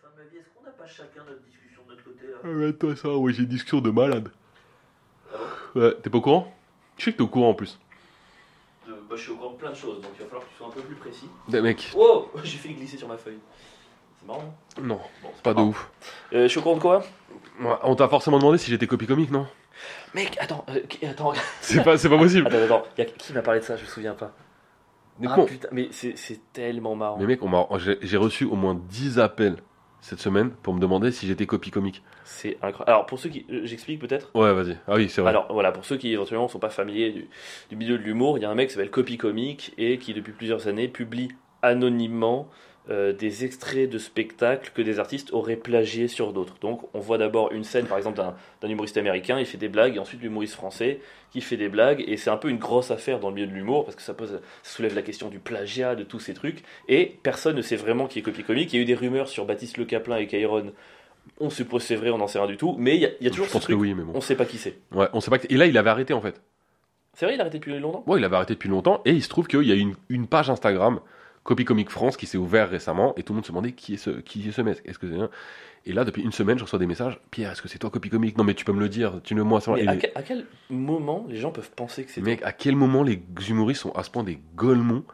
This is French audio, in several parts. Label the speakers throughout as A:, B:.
A: Enfin, ma vie, est-ce qu'on n'a pas chacun notre discussion de notre côté là
B: Ah ouais, toi ça, oui, j'ai une discussion de malade. Ouais, t'es pas au courant Je sais que t'es au courant en plus.
A: De- bah, Je suis au courant de plein de choses, donc il va falloir que tu sois un peu plus précis.
B: Des mecs,
A: Wow J'ai fait glisser sur ma feuille. C'est marrant. non
B: non,
A: Bon, c'est
B: pas de
A: grave.
B: ouf.
A: Euh, je suis au courant de quoi
B: Ouais, On t'a forcément demandé si j'étais copie comique, non
A: Mec, attends, euh, qui- attends,
B: C'est pas, c'est pas possible.
A: attends, attends. Y a- qui m'a parlé de ça Je me souviens pas.
B: Mais
A: ah
B: bon.
A: putain, mais c'est c'est tellement marrant.
B: Mais mec, on m'a- j'ai j'ai reçu au moins 10 appels cette semaine pour me demander si j'étais copie comique.
A: C'est incroyable. Alors, pour ceux qui. euh, J'explique peut-être
B: Ouais, vas-y. Ah oui, c'est vrai.
A: Alors voilà, pour ceux qui éventuellement ne sont pas familiers du, du milieu de l'humour, il y a un mec qui s'appelle Copy Comique et qui depuis plusieurs années publie anonymement euh, des extraits de spectacles que des artistes auraient plagiés sur d'autres. Donc on voit d'abord une scène par exemple d'un d'un humoriste américain, il fait des blagues, et ensuite l'humoriste français qui fait des blagues, et c'est un peu une grosse affaire dans le milieu de l'humour parce que ça, pose, ça soulève la question du plagiat, de tous ces trucs, et personne ne sait vraiment qui est Copy Comique. Il y a eu des rumeurs sur Baptiste Le Caplin et Kairon. On suppose c'est vrai, on n'en sait rien du tout, mais il y a, il y a toujours
B: je
A: ce
B: pense
A: truc,
B: que oui, mais bon.
A: on sait pas qui c'est.
B: Ouais, on sait pas. que- Et là, il avait arrêté en fait.
A: C'est vrai, il a arrêté depuis longtemps
B: Ouais, il avait arrêté depuis longtemps. Et il se trouve qu'il y a une, une page Instagram, Copy Comique France, qui s'est ouverte récemment. Et tout le monde se demandait qui est ce, qui est ce mec. Est-ce que c'est un Et là, depuis une semaine, je reçois des messages. Pierre, est-ce que c'est toi Copy Comique Non, mais tu peux me le dire. Tu le moi ça. va.
A: Mais
B: Et
A: à,
B: les-
A: quel, à quel moment les gens peuvent penser que c'est
B: Mec, à quel moment les humoristes sont à ce point des golemons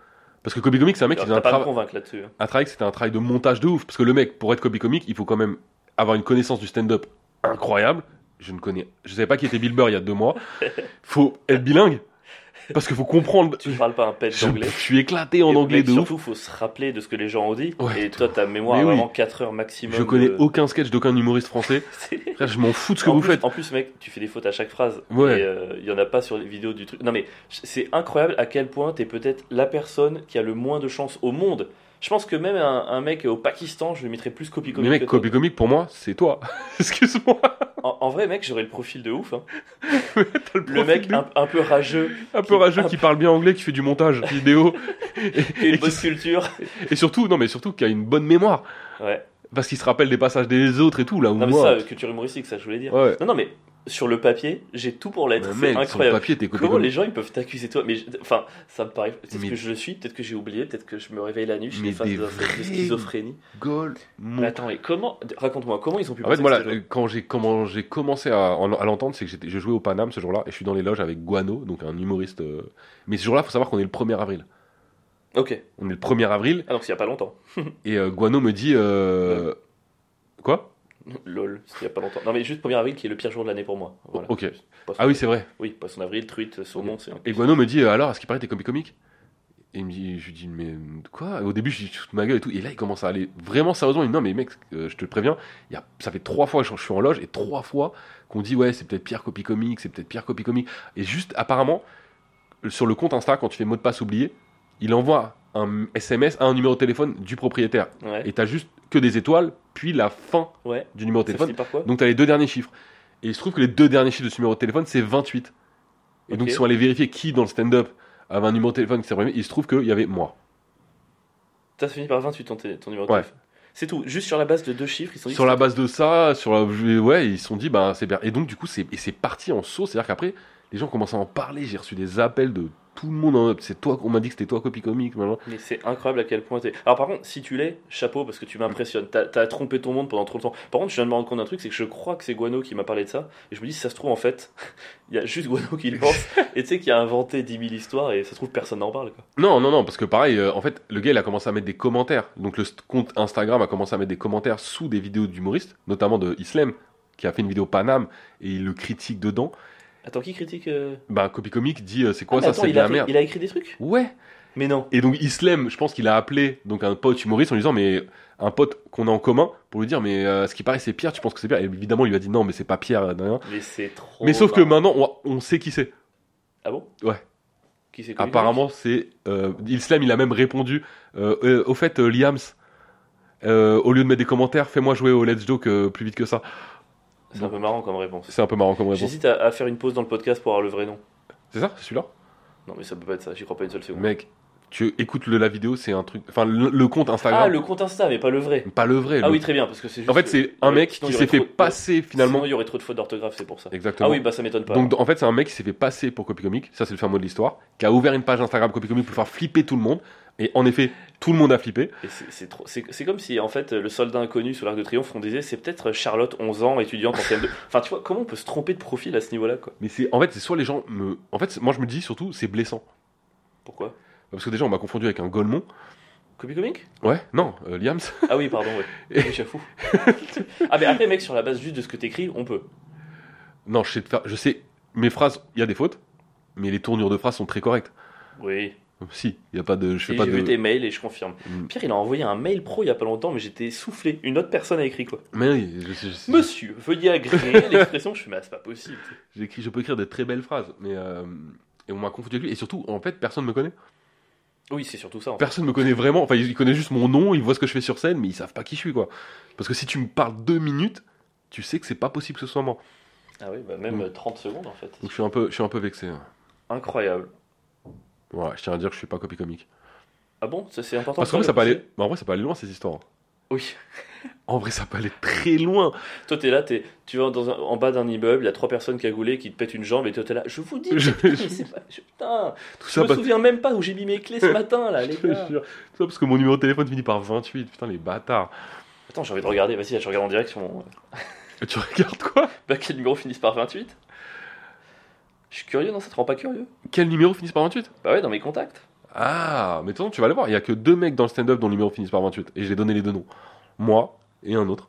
B: Parce que Copy Comique, c'est un mec qui
A: Alors,
B: faisait
A: T'as
B: un,
A: pas à me
B: trava-
A: convaincre là-dessus. hein.
B: un travail, que c'était un travail de montage de ouf. Parce que le mec, pour être Copy Comique, il faut quand même avoir une connaissance du stand-up incroyable. Je ne connais, je savais pas qui était Bill Burr il y a deux mois. Faut être bilingue. Parce qu'il faut comprendre.
A: Tu parles pas un pet
B: Je,
A: d'anglais.
B: je suis éclaté en
A: Et
B: anglais
A: mec,
B: de ouf.
A: Surtout, faut se rappeler de ce que les gens ont dit.
B: Ouais,
A: et toi, ta mémoire
B: Mais
A: a
B: oui.
A: vraiment 4 heures maximum.
B: Je connais
A: de-
B: aucun sketch d'aucun humoriste français.
A: C'est-
B: Frère, je m'en fous de ce que
A: en
B: vous
A: plus,
B: faites.
A: En plus, mec, tu fais des fautes à chaque phrase.
B: Ouais.
A: Et euh, il y en a pas sur les vidéos du truc. Non, mais c'est incroyable à quel point t'es peut-être la personne qui a le moins de chance au monde. Je pense que même un, un mec au Pakistan, je lui mettrais plus copie
B: Mais mec, Copy Comique pour moi, c'est toi. Excuse-moi.
A: En, en vrai, mec, j'aurais le profil de ouf. hein.
B: T'as le,
A: Le
B: profil
A: mec
B: de-
A: un, un peu rageux,
B: un peu rageux qui parle bien anglais, qui fait du montage vidéo.
A: qui a une
B: Et qui
A: bonne culture.
B: Et surtout, non mais surtout qu'il a une bonne mémoire.
A: Ouais.
B: Parce qu'il se rappelle des passages des autres et tout là. où
A: Non mais
B: moi,
A: ça, euh, culture humoristique, ça je voulais dire.
B: ouais.
A: Non non mais sur le papier, j'ai tout pour l'être, c'est
B: Mais mec, sur le
A: incroyable.
B: papier, t'es copie
A: Comment les
B: comique.
A: gens ils peuvent t'accuser toi Mais je- enfin, ça me paraît. Peut-être
B: Mais-
A: que je le suis, peut-être que j'ai oublié, peut-être que je me réveille la nuit, je suis
B: Mais
A: face
B: des
A: de, de
B: vrais-
A: schizophrénie.
B: Goal, mon-
A: Mais attends, mais comment Raconte-moi, comment ils ont pu
B: En
A: penser
B: fait, euh,
A: que
B: moi, là,
A: c'était-
B: quand j'ai comment j'ai commencé à, en- à l'entendre, c'est que j'étais- je jouais au Paname ce jour-là et je suis dans les loges avec Guano, donc un humoriste. euh, Mais ce jour-là, faut savoir qu'on est le 1er avril.
A: Ok,
B: On est le 1er avril
A: ah donc il y a pas longtemps.
B: et euh, Guano me dit. euh, Quoi
A: Lol, c'est il y a pas longtemps. Non mais juste 1er avril qui est le pire jour de l'année pour moi. Voilà.
B: Ok.
A: Pas son-
B: Ah oui, c'est vrai.
A: oui, passe en avril, truite, saumon, c'est un.
B: Et Guano me dit euh, alors, est-ce qu'il paraît que t'es copie comique Et il me dit, je lui dis mais quoi Au début, je lui dis toute ma gueule et tout. Et là, il commence à aller vraiment sérieusement. Il me dit non mais mec, euh, je te préviens, il y a, ça fait trois fois que je je suis en loge et trois fois qu'on dit ouais c'est peut-être Pierre copie comique, c'est peut-être Pierre copie comique. Et juste apparemment sur le compte Insta quand tu fais mot de passe oublié, il envoie un SMS à un numéro de téléphone du propriétaire.
A: Ouais.
B: Et t'as juste que des étoiles puis la fin
A: Ouais.
B: du numéro de
A: Ça
B: téléphone.
A: finit par quoi
B: Donc tu as les deux derniers chiffres. Et il se trouve que les deux derniers chiffres de ce numéro de téléphone, c'est 28. Et donc
A: Ok.
B: ils sont allés vérifier qui dans le stand-up avait un numéro de téléphone qui s'est Il se trouve qu'il y avait moi.
A: Ça se finit par 28 ton, télé- ton numéro de
B: Ouais.
A: téléphone. C'est tout, juste sur la base de deux chiffres, ils sont dit
B: Sur la base de ça, sur la... ouais, ils se sont dit, bah c'est bien. Et donc du coup, c'est et c'est parti en saut. C'est-à-dire qu'après, les gens commençaient à en parler. J'ai reçu des appels de tout le monde. en- C'est toi, on m'a dit que c'était toi, copie comique. machin.
A: Mais c'est incroyable à quel point t'es. Alors par contre, si tu l'es, chapeau parce que tu m'impressionnes. T'as, t'as trompé ton monde pendant trop longtemps. Par contre, je viens de me rendre compte d'un truc, c'est que je crois que c'est Guano qui m'a parlé de ça. Et je me dis, si ça se trouve en fait, il y a juste Guano qui le pense. et tu sais, qui a inventé 10 000 histoires et ça se trouve personne n'en parle. Quoi.
B: Non, non, non, parce que pareil, euh, en fait, le gars, il a commencé à mettre des commentaires. Donc le st- compte Instagram a commencé à mettre des commentaires sous des vidéos d'humoristes, notamment de Islam, qui a fait une vidéo Paname, et il le critique dedans.
A: Attends, qui critique euh,
B: Bah, Copy Comic dit euh, c'est quoi
A: ah, mais
B: ça,
A: attends,
B: c'est
A: il
B: de la
A: a,
B: merde.
A: Il a écrit des trucs
B: Ouais.
A: Mais non.
B: Et donc Islem, je pense qu'il a appelé donc un pote humoriste en lui disant mais un pote qu'on a en commun pour lui dire mais euh, ce qui paraît c'est Pierre, tu penses que c'est Pierre Et évidemment il lui a dit non mais c'est pas Pierre. euh, nan, nan.
A: Mais c'est trop.
B: mais sauf que
A: marrant.
B: maintenant on, on sait qui c'est.
A: Ah bon
B: Ouais.
A: Qui c'est Copy
B: Apparemment c'est euh, Islem, il a même répondu euh, euh, au fait euh, Liams euh, au lieu de mettre des commentaires, fais-moi jouer au Let's Joke euh, plus vite que ça.
A: Comics C'est un peu marrant comme réponse.
B: C'est un peu marrant comme réponse.
A: J'hésite à, à faire une pause dans le podcast pour avoir le vrai nom.
B: C'est ça, c'est celui-là
A: Non, mais ça peut pas être ça, j'y crois pas une seule seconde.
B: Mec, tu écoutes le, la vidéo, c'est un truc enfin le, le compte
A: Ah,
B: Instagram,
A: le compte Insta, mais pas le vrai.
B: pas le vrai.
A: Ah
B: le-
A: oui, très bien, parce que c'est juste.
B: En fait, c'est un mec
A: Sinon,
B: qui
A: il y
B: s'est
A: aurait
B: fait
A: trop-
B: passer
A: Finalement,
B: finalement.
A: il y aurait trop de fautes d'orthographe, c'est pour ça.
B: Exactement.
A: Ah oui, bah ça m'étonne pas.
B: Donc en fait, c'est un mec qui s'est fait passer pour Copy Comic, ça c'est le fameux mot de l'histoire, qui a ouvert une page Instagram Copy Comic pour faire flipper tout le monde. Et en effet, Tout le monde a flippé.
A: Et c'est- c'est trop- c'est- c'est comme si, en fait, le soldat inconnu sous l'Arc de Triomphe, on disait, c'est peut-être Charlotte, 11 ans, étudiante en CM2. Enfin, tu vois, comment on peut se tromper de profil à ce niveau-là, quoi
B: Mais c'est en fait, c'est soit les gens me. En fait, moi je me dis surtout, c'est blessant.
A: Pourquoi
B: Parce que déjà, on m'a confondu avec un Golemont.
A: Copy Comic
B: Ouais, non, euh, Liams.
A: Ah oui, pardon, ouais.
B: Et-
A: Oui, j'avoue. ah, mais après, mec, sur la base juste de ce que t'écris, on peut.
B: Non, je sais, faire- je sais, mes phrases, il y a des fautes, mais les tournures de phrases sont très correctes.
A: Oui.
B: Si, il y a pas de. Je fais
A: Et
B: pas
A: J'ai
B: de.
A: vu tes mails et je confirme.
B: Mm.
A: Pierre, il a envoyé un mail pro il y a pas longtemps, mais j'étais soufflé. Une autre personne a écrit, quoi.
B: Mais oui, je sais, je sais.
A: Monsieur, veuillez agréer l'expression. Je suis, mais ah, c'est pas possible.
B: J'écris, je peux écrire des très belles phrases, mais euh, et on m'a confondu avec lui. Et surtout, en fait, personne me connaît.
A: Oui, c'est surtout ça, en fait.
B: Personne me connaît vraiment. Enfin, ils ils connaissent juste mon nom, ils voient ce que je fais sur scène, mais ils savent pas qui je suis, quoi. Parce que si tu me parles deux minutes, tu sais que c'est pas possible que ce soit moi.
A: Ah oui, bah même
B: Mm.
A: euh, 30 secondes, en fait.
B: Donc je suis un peu, je suis un peu vexé. hein.
A: Incroyable.
B: Voilà, je tiens à dire que je suis pas copie comique.
A: Ah bon, ça c'est important.
B: Parce
A: de
B: qu'en vrai, ça peut
A: le
B: aller.
A: préciser.
B: bah, en vrai, ça peut aller loin ces histoires. hein.
A: Oui.
B: En vrai, ça peut aller très loin.
A: Toi, t'es là, t'es- tu vas dans un- en bas d'un immeuble, il y a trois personnes cagoulées qui te pètent une jambe et toi, t'es là. Je vous dis,
B: Je-
A: putain, mais c'est pas- je- putain,
B: Tout
A: je
B: ça
A: me
B: parce
A: souviens même pas où j'ai mis mes clés ce matin, là, les
B: Je te
A: gars.
B: jure. Tout ça parce que mon numéro de téléphone finit par 28. Putain, les bâtards.
A: Attends, j'ai envie de regarder. Vas-y, je regarde en direct sur mon.
B: Tu regardes quoi
A: Bah, quel numéro finissent par 28 Je suis curieux, non Ça te rend pas curieux
B: Quel numéro finit par 28
A: Bah ouais, dans mes contacts.
B: Ah, mais de toute façon, tu vas le voir. Il y a que deux mecs dans le stand-up dont le numéro finit par 28. Et je l'ai donné les deux noms. Moi et un autre.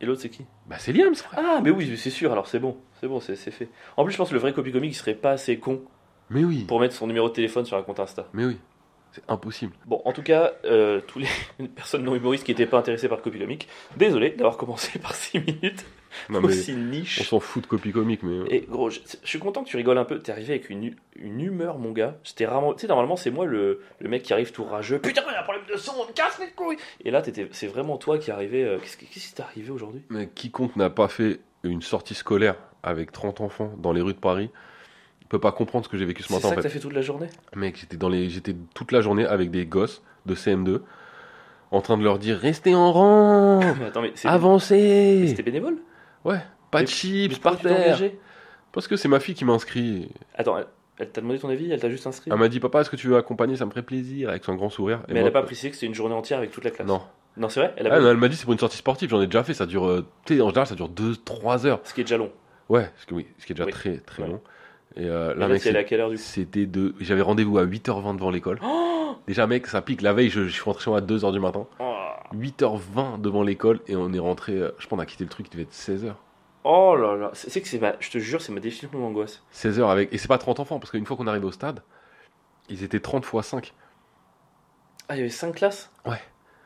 A: Et l'autre, c'est qui
B: Bah, c'est Liam, ce frère.
A: Ah, mais oui, c'est sûr, alors c'est bon. C'est bon, c'est c'est fait. En plus, je pense que le vrai copy comique, il serait pas assez con
B: Mais oui.
A: pour mettre son numéro de téléphone sur un compte Insta.
B: Mais oui. C'est impossible.
A: Bon, en tout cas, euh, tous les personnes non humoristes qui n'étaient pas intéressées par le copy comique, désolé d'avoir commencé par 6 minutes
B: Non, mais
A: aussi
B: on
A: niche.
B: s'en fout de copie comique, mais.
A: Et gros, je, je suis content que tu rigoles un peu. T'es arrivé avec une, une humeur, mon gars. J'étais rarement. Tu sais, normalement, c'est moi le, le mec qui arrive tout rageux. Putain, il y a un problème de son, on me casse les couilles. Et là, t'étais- c'est vraiment toi qui arrivais. euh, Qu'est-ce qui qu'est-ce qui t'est arrivé aujourd'hui
B: Mais quiconque n'a pas fait une sortie scolaire avec 30 enfants dans les rues de Paris peut pas comprendre ce que j'ai vécu ce
A: C'est
B: matin,
A: ça
B: en
A: que
B: fait.
A: t'as fait toute la journée
B: Mec, j'étais dans les, j'étais toute la journée avec des gosses de CM2 en train de leur dire restez en rang,
A: Mais attends, mais c'est- mais
B: avancez,
A: c'était bénévole
B: pas
A: mais-
B: de chips
A: Mais
B: par
A: pourquoi tu t'es
B: terre.
A: engagé
B: Parce que c'est ma fille qui m'a inscrit.
A: Attends, elle, elle t'a demandé ton avis Elle t'a juste inscrit
B: Elle m'a dit papa, est-ce que tu veux accompagner Ça me ferait plaisir avec son grand sourire. Ah, Et
A: Mais elle
B: moi- euh.
A: a pas apprécié que c'était une journée entière avec toute la classe
B: Non.
A: Non, c'est vrai Elle a
B: Ah,
A: pas-
B: non, elle m'a dit c'est pour une sortie sportive. J'en ai déjà fait. Ça dure, euh, tu sais, en général ça dure 2-3 heures.
A: Ce qui est déjà long.
B: Ouais, ce qui, oui, ce qui est déjà
A: Oui.
B: très très
A: Ouais.
B: long. Et
A: Et
B: euh, là,
A: Là,
B: mec,
A: c'est
B: c'est-
A: à quelle heure du coup
B: c'était de, j'avais rendez-vous à 8h20 devant l'école.
A: Oh
B: Déjà mec, ça pique. La veille, je, je suis rentré chez moi à 2h du matin.
A: Oh
B: 8h20 devant l'école et on est rentré. euh, Je pense qu'on a quitté le truc, il devait être 16h.
A: Oh là là, c'est c'est que c'est ma, je te jure, c'est ma définition de l'angoisse.
B: 16h avec. Et c'est pas 30 enfants parce qu'une fois qu'on arrive au stade, ils étaient 30 fois 5
A: Ah, il y avait 5 classes
B: Ouais.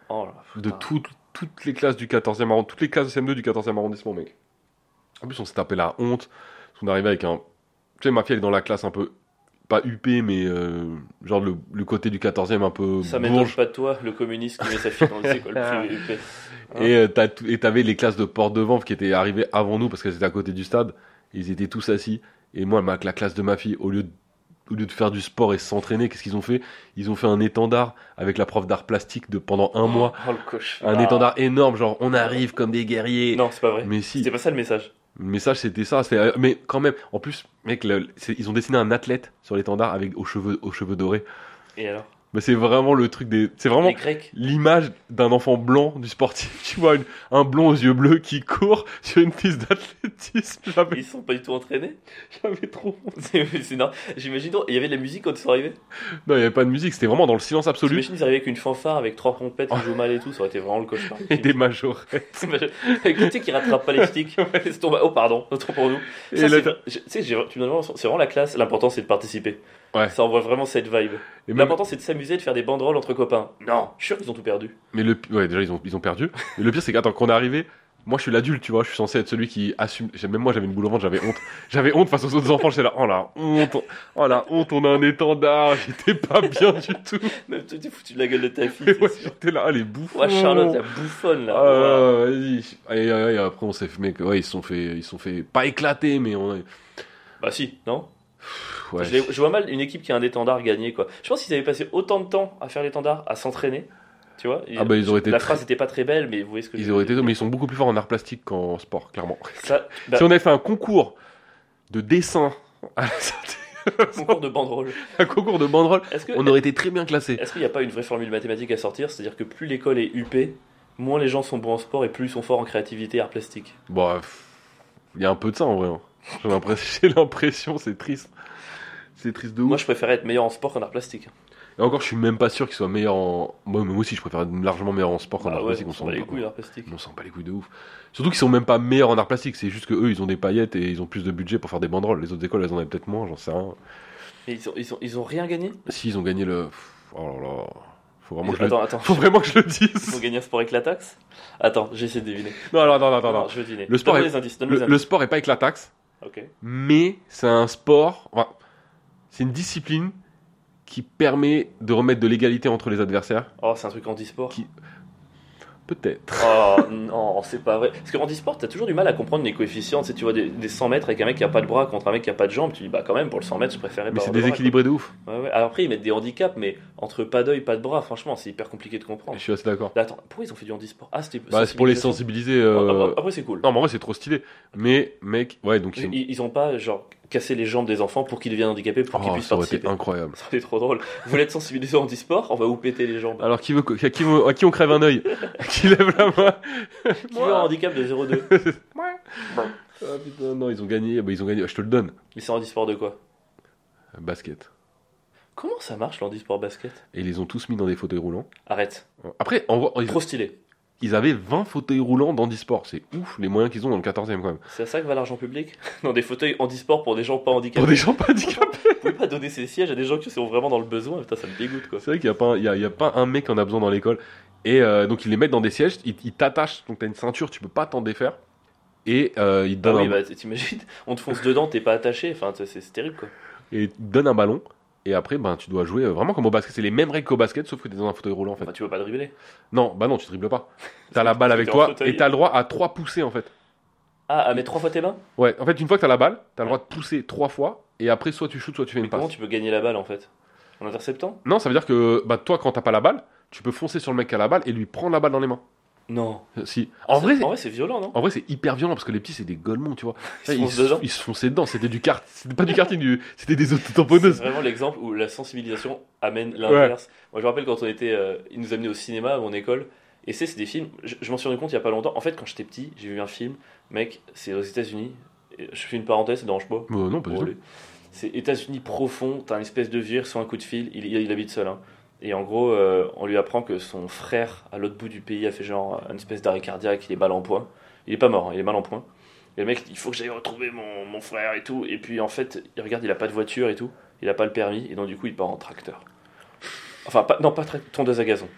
A: Oh là.
B: de
A: putain.
B: toutes- toutes les classes du 14e arrondissement, toutes les classes de CM2 du 14e arrondissement, mec. En plus, on s'est tapé la honte. Parce qu'on arrivait avec un. Tu sais, ma fille, elle est dans la classe un peu. Pas UP, mais euh, genre le, le côté du 14e un peu
A: Ça m'étonne
B: bourge.
A: pas de toi, le communiste qui met sa fille dans les écoles privées UP. hein.
B: Et euh, t'as tout- et t'avais les classes de Porte de Vanves qui étaient arrivées avant nous parce qu'elles étaient à côté du stade. Ils étaient tous assis. Et moi, ma- la classe de ma fille, au lieu de, au lieu de faire du sport et s'entraîner, qu'est-ce qu'ils ont fait Ils ont fait un étendard avec la prof d'art plastique de pendant un mois.
A: Oh le cauchemar.
B: Un étendard énorme, genre on arrive comme des guerriers.
A: Non, c'est pas vrai.
B: Mais si,
A: C'était
B: le
A: pas ça le message.
B: message c'était ça. c'était, euh, Mais quand même, en plus, mec, le- c'est- ils ont dessiné un athlète sur l'étendard avec aux cheveux, aux cheveux dorés.
A: Et alors
B: Mais c'est vraiment le truc des. C'est vraiment
A: Les Grecs
B: l'image d'un enfant blanc du sportif, tu vois, une- un blond aux yeux bleus qui court sur une piste d'athlétisme. J'avais,
A: ils sont pas du tout entraînés
B: j'avais trop. honte.
A: C'est c'est énorme. J'imagine donc, il y avait de la musique quand ils sont arrivés
B: Non, il n'y avait pas de musique, c'était vraiment dans le silence absolu
A: J'imagine ils arrivaient avec une fanfare, avec trois trompettes qui jouent mal et tout, ça aurait été vraiment le cauchemar.
B: et des majors.
A: Avec tu sais qui rattrape pas les sticks. Laisse tomber. Oh pardon, autant pour nous.
B: Et
A: Ça,
B: là,
A: c'est vrai- je- tu sais, j'ai- tu me donnes vraiment- c'est vraiment la classe. L'important, c'est de participer.
B: Ouais.
A: Ça envoie vraiment cette vibe.
B: et même-
A: L'important, c'est de s'amuser, de faire des banderoles entre copains. Non, je suis sûr qu'ils ont tout perdu.
B: Mais le pi- ouais, déjà ils ont ils ont perdu. Mais le pire c'est qu'attends qu'on est arrivé, moi je suis l'adulte, tu vois, je suis censé être celui qui assume. J'ai- Même moi j'avais une boule au ventre, j'avais honte. J'avais honte face aux autres enfants, j'étais là, oh la honte, oh la honte, on a un étendard, j'étais pas bien du tout.
A: Même toi, t'es foutu de la gueule de ta fille,
B: Et
A: c'est
B: ouais,
A: sûr.
B: j'étais là, ah, les bouffons.
A: Ouais, Charlotte, la bouffonne, là.
B: Ah, ouais, ouais, vas-y. Et, euh, et après on s'est fait, mec, ouais, ils se sont fait, ils se sont fait pas éclater, mais on a.
A: Bah si, non
B: Pff, ouais.
A: je, les- je vois mal une équipe qui a un étendard gagner, quoi. Je pense qu'ils avaient passé autant de temps à faire l'étendard, à s'entraîner, tu vois. et-
B: Ah bah ils auraient été,
A: la
B: très-
A: phrase était pas très belle, mais vous voyez ce que je
B: ils
A: veux
B: auraient été,
A: dire.
B: mais ils sont beaucoup plus forts en art plastique qu'en sport, clairement.
A: Ça, bah,
B: Si on avait fait un concours de dessin à la sortie
A: Concours de banderole.
B: un concours de banderole.
A: Est-ce que-
B: On aurait été très bien classé.
A: est-ce qu'il n'y a pas une vraie formule mathématique à sortir C'est-à-dire que plus l'école est huppée, moins les gens sont bons en sport et plus ils sont forts en créativité et art plastique.
B: Bon, il y a un peu de ça en vrai. hein. J'ai l'impression- J'ai l'impression, c'est triste. C'est triste de ouf.
A: Moi, je préférais être meilleur en sport qu'en art plastique.
B: Et encore, je suis même pas sûr qu'il soit meilleur en. Moi, moi aussi, je préfère être largement meilleur en sport qu'en
A: Bah
B: art
A: ouais,
B: plastique.
A: on
B: On
A: s'en
B: s'en
A: bat les
B: bat-
A: couilles, hein. l'art plastique.
B: on s'en bat les couilles de ouf. Surtout qu'ils sont même pas meilleurs en art plastique. C'est juste que eux, ils ont des paillettes et ils ont plus de budget pour faire des banderoles. Les autres écoles, elles en avaient peut-être moins. J'en sais rien.
A: Mais ils ont, ils ont, ils ont rien gagné
B: S'ils ont gagné le. Pff, Oh là là. Faut vraiment,
A: Ils-
B: que je le...
A: Attends, attends.
B: Faut vraiment que je le
A: Ils ont
B: dise.
A: gagné un sport avec la taxe Attends, j'essaie de deviner.
B: Non, non, non, non, non, non.
A: je veux deviner.
B: Le sport
A: Donne-moi
B: est-
A: les indices, donne-moi
B: Le,
A: les
B: le
A: indices.
B: sport est pas avec la taxe,
A: Ok.
B: mais c'est un sport. enfin, c'est une discipline qui permet de remettre de l'égalité entre les adversaires.
A: Oh, c'est un truc handisport.
B: Qui- Peut-être.
A: Oh non, c'est pas vrai. Parce qu'en handisport, t'as toujours du mal à comprendre les coefficients. Tu sais, tu vois des, des 100 mètres avec un mec qui a pas de bras contre un mec qui a pas de jambes. Tu dis, bah quand même, pour le 100 mètres, je préférais
B: Mais
A: pas
B: c'est
A: avoir de bras,
B: déséquilibré de ouf.
A: ben, quoi. Ouais, ouais. Alors après, ils mettent des handicaps, mais entre pas d'œil, pas de bras, franchement, c'est hyper compliqué de comprendre.
B: Je suis assez d'accord.
A: Là, attends, pourquoi ils ont fait du handisport Ah, c'était
B: Bah, c'est pour les
A: sensibilisation.
B: sensibiliser. euh,
A: Ah, bah, Après, c'est cool.
B: Non, mais en vrai, c'est trop stylé. Mais, mec, ouais, donc c'est.
A: Ils, ils ont pas, genre, cassé les jambes des enfants pour qu'ils deviennent handicapés, pour qu'ils
B: Oh,
A: puissent
B: ça aurait été
A: participer.
B: incroyable.
A: Ça aurait été trop drôle. Vous voulez être sensibilisé au handisport On va vous péter les jambes.
B: Alors, qui veut, à qui, veut- à qui on crève un œil Qui lève la main
A: Qui veut un handicap de 0,2
B: Ah, putain, non, ils ont gagné. Bah, ils ont gagné. Je te le donne.
A: Mais c'est handisport de quoi
B: Basket.
A: Comment ça marche l'handisport basket
B: Et ils les ont tous mis dans des fauteuils roulants.
A: Arrête.
B: Après, en vrai, ils,
A: Trop stylé.
B: ils avaient 20 fauteuils roulants d'handisport. C'est ouf les moyens qu'ils ont dans le 14e quand même.
A: C'est à ça que va l'argent public Dans des fauteuils handisport pour des gens pas
B: Pour
A: handicapés.
B: des gens pas handicapés.
A: Vous pouvez pas donner ces sièges à des gens qui sont vraiment dans le besoin. Putain, ça me dégoûte quoi.
B: C'est vrai qu'il n'y a, pas un- il y a- il y a pas un mec qui en a besoin dans l'école. Et euh, donc, ils les mettent dans des sièges. Ils, ils t'attachent. Donc, t'as une ceinture. Tu peux pas t'en défaire. Et euh, ils te
A: Ah
B: donnent
A: oui,
B: un-
A: bah t'imagines, on te fonce dedans, t'es pas attaché, enfin c'est c'est terrible quoi.
B: et ils te donnent un ballon. Et après, ben, tu dois jouer euh, vraiment comme au basket. C'est les mêmes règles qu'au basket, sauf que t'es dans un fauteuil roulant en fait.
A: Enfin, tu veux pas dribbler.
B: Non, bah non, tu dribbles pas. T'as la balle avec
A: t'es en
B: toi
A: fauteuil.
B: et t'as le droit à trois poussées en fait.
A: Ah, ah, mais trois fois tes mains
B: Ouais, en fait, une fois que t'as la balle, t'as le droit de pousser trois fois et après, soit tu shoots, soit tu fais une
A: Mais comment
B: passe.
A: tu peux gagner la balle en fait En interceptant
B: Non, ça veut dire que bah, toi, quand t'as pas la balle, tu peux foncer sur le mec qui a la balle et lui prendre la balle dans les mains.
A: Non.
B: Euh, Si. En vrai, c'est-
A: en vrai c'est violent non
B: en vrai, c'est hyper violent parce que les petits, c'est des golemons, tu vois.
A: Ils se
B: Ils
A: foncent
B: se,
A: dedans.
B: ils se fonçaient dedans. C'était du kart. C'était pas du karting, du... c'était des
A: C'est
B: autotamponneuses.
A: vraiment l'exemple où la sensibilisation amène l'inverse. Moi, je me rappelle quand on était, euh, ils nous amenaient au cinéma à mon école. Et c'est, c'est des films. Je, je m'en suis rendu compte il y a pas longtemps. En fait, quand j'étais petit, j'ai vu un film. Mec, c'est aux États-Unis. Et Je fais une parenthèse, ça dérange pas.
B: Euh, non, pas du
A: Bon,
B: tout.
A: allez. C'est États-Unis profond. T'as un espèce de vieux sur un coup de fil. Il, il habite seul. hein. Et en gros, euh, on lui apprend que son frère, à l'autre bout du pays, a fait genre une espèce d'arrêt cardiaque. Il est mal en point. Il est pas mort, hein, il est mal en point. Et le mec, il faut que j'aille retrouver mon, mon frère et tout. Et puis en fait, il regarde, il a pas de voiture et tout. Il a pas le permis. Et donc du coup, il part en tracteur. Enfin, pas, non, pas tra- tondeuse à gazon.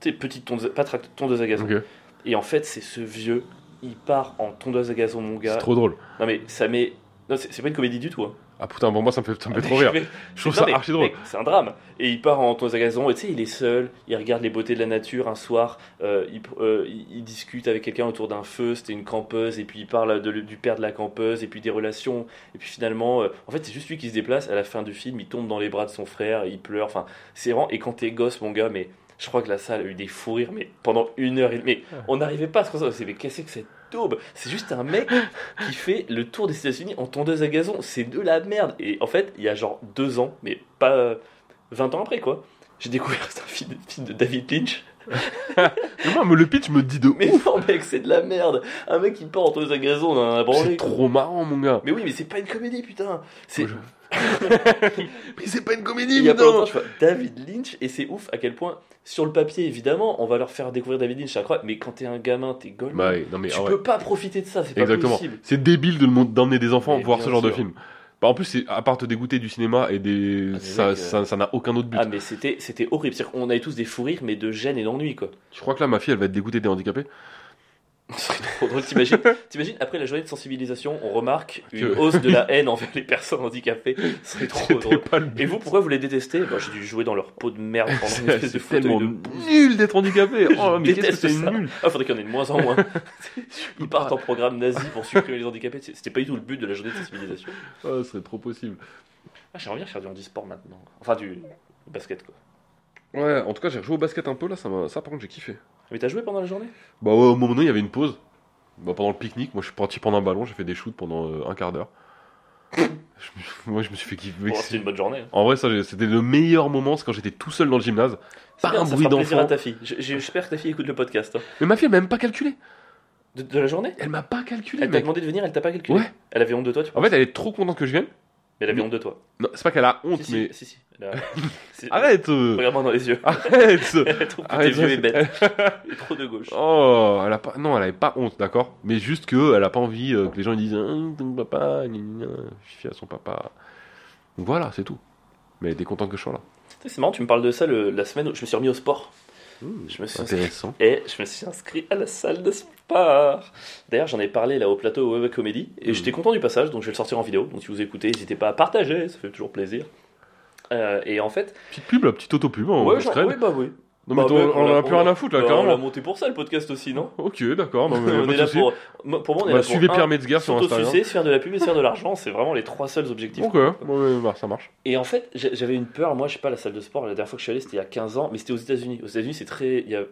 A: Tu sais, petite tondeuse, pas tract- tondeuse à gazon.
B: Ok.
A: Et en fait, c'est ce vieux. Il part en tondeuse à gazon, mon gars.
B: C'est trop drôle.
A: Non mais ça met. Non, c'est c'est pas une comédie du tout. hein.
B: Ah putain, bon, moi, ça me fait, ça me fait
A: Ah,
B: trop
A: mais-
B: rire.
A: mais-
B: Je trouve
A: non,
B: ça
A: mais,
B: archi drôle.
A: mec, C'est un drame. Et il part en tondeuse à gazon, et tu sais, il est seul, il regarde les beautés de la nature un soir, euh, il, pr- euh, il- il discute avec quelqu'un autour d'un feu, c'était une campeuse, et puis il parle de le- du père de la campeuse, et puis des relations, et puis finalement, euh, en fait, c'est juste lui qui se déplace, à la fin du film, il tombe dans les bras de son frère, il pleure, enfin, c'est vraiment, et quand t'es gosse, mon gars, mais je crois que la salle a eu des fous rires, mais pendant une heure, et demie.
B: Ah.
A: mais on n'arrivait pas à se concentrer, on s'est dit, mais qu'est-ce que cette daube C'est juste un mec qui fait le tour des États-Unis en tondeuse à gazon. C'est de la merde. Et en fait, il y a genre deux ans, mais pas euh, 20 ans après, quoi. J'ai découvert c'est un film, film de David Lynch.
B: Mais moi, me- le pitch me dit de
A: Mais
B: ouf.
A: non, mec, c'est de la merde. Un mec qui part en tondeuse à gazon, on en a branlé.
B: C'est trop marrant, mon gars.
A: Mais oui, mais c'est pas une comédie, putain. C'est
B: Moi, Mais c'est pas une comédie,
A: il y a pas
B: putain.
A: longtemps, je vois David Lynch et c'est ouf à quel point sur le papier évidemment, on va leur faire découvrir David Lynch, c'est incroyable. Mais quand t'es un gamin, t'es gold.
B: Bah ouais, non mais
A: tu
B: ah ouais,
A: peux pas profiter de ça, c'est pas
B: exactement.
A: possible.
B: C'est débile de le mon- d'emmener des enfants
A: Mais
B: voir
A: bien
B: ce genre de
A: sûr.
B: film. Bah, en plus, c'est à part te dégoûter du cinéma et des,
A: Ah, mais
B: ça,
A: mec, euh,
B: ça, ça n'a aucun autre but.
A: Ah mais c'était c'était horrible, c'est-à-dire qu'on avait tous des fous rires mais de gêne et d'ennui quoi.
B: Je crois que là, ma fille, elle va être dégoûtée des handicapés.
A: Ce serait trop drôle, t'imagines T'imagines, après la journée de sensibilisation, on remarque une
B: Que-
A: hausse de la haine envers les personnes handicapées. Ce serait trop
B: C'était
A: drôle.
B: pas le but.
A: Et vous, pourquoi vous les détestez Bah, J'ai dû jouer dans leur peau de merde pendant une
B: C'est
A: espèce de fauteuil
B: tellement
A: de bouse.
B: nul d'être handicapé. Oh, mais qu'est-ce que
A: déteste
B: c'est
A: ça.
B: nul.
A: Ah, faudrait qu'il y en ait de moins en moins. Ils partent en programme nazi pour supprimer les handicapés. C'est- C'était pas du tout le but de la journée de sensibilisation.
B: Oh, ce serait trop possible.
A: Ah, J'aimerais bien faire du handisport maintenant. Enfin, du basket quoi.
B: Ouais, en tout cas, j'ai rejoué au basket un peu là, ça, m'a- ça par contre, j'ai kiffé.
A: Mais t'as joué pendant la journée
B: Bah, ouais, au moment donné, il y avait une pause. Bah, pendant le pique-nique, moi, je suis parti prendre un ballon, j'ai fait des shoots pendant euh, un quart d'heure. Je me- Moi, je me suis fait kiffer.
A: Bon, Oh, c'était une bonne journée. hein.
B: En vrai, ça, j'ai- c'était le meilleur moment, c'est quand j'étais tout seul dans le gymnase. Pas
A: C'est bien,
B: un
A: ça
B: bruit
A: fera plaisir à
B: d'enfant.
A: ta fille. J- J'espère que ta fille écoute le podcast. hein.
B: Mais ma fille, elle m'a même pas calculé.
A: De, de la journée
B: Elle m'a pas calculé,
A: Elle t'a
B: mec.
A: demandé de venir, elle t'a pas calculé.
B: Ouais.
A: Elle avait honte de toi, tu
B: En
A: penses
B: fait, elle est trop contente que je vienne.
A: Mais elle avait
B: Non.
A: honte de toi.
B: Non, c'est pas qu'elle a honte,
A: si, si,
B: mais.
A: si, si. Elle a- C'est-
B: Arrête euh,
A: Regarde-moi dans les yeux.
B: Arrête
A: Elle trouve que t'es
B: Arrête,
A: vieux et
B: ça,
A: bête. Trop de gauche.
B: Oh, elle a pas. Non, elle avait pas honte, d'accord Mais juste que elle a pas envie euh, que les gens ils disent Hum, ton papa, gna, gna, gna, je suis à son papa. Donc voilà, c'est tout. Mais elle était contente que je sois là.
A: Tu sais, C'est marrant, tu me parles de ça le- la semaine où je me suis remis au sport.
B: Hum,
A: Hmm, Je me suis inscrit.
B: Intéressant.
A: Et je me suis inscrit à la salle de sport. D'ailleurs, j'en ai parlé là au plateau Web Comedy. Et
B: Mhm.
A: j'étais content du passage, donc je vais le sortir en vidéo. Donc si vous écoutez, n'hésitez pas à partager, ça fait toujours plaisir. Euh, et en fait,
B: Petite pub, la petite auto-pub. hein, on
A: ouais,
B: se
A: genre-
B: traîne.
A: ouais, bah oui.
B: Non, mais
A: Bah,
B: t'en-
A: mec,
B: on en
A: l'a-
B: a plus rien à foutre là,
A: bah, on l'a
B: carrément.
A: monté pour ça le podcast aussi, non
B: Ok, d'accord. Non, mais
A: On
B: pas
A: est
B: de
A: là
B: souci.
A: pour. moi, Pour moi, on est
B: Bah,
A: là pour.
B: suivez
A: un,
B: Pierre Metzger sur Instagram.
A: s'autosucer, se faire de la pub et se faire de l'argent, c'est vraiment les trois seuls objectifs.
B: Ok, ouais, bah, ça marche.
A: Et en fait, j'a- j'avais une peur, moi, je sais pas, la salle de sport, la dernière fois que je suis allé, c'était il y a 15 ans, mais c'était aux États-Unis. Aux États-Unis, c'est très. il y a-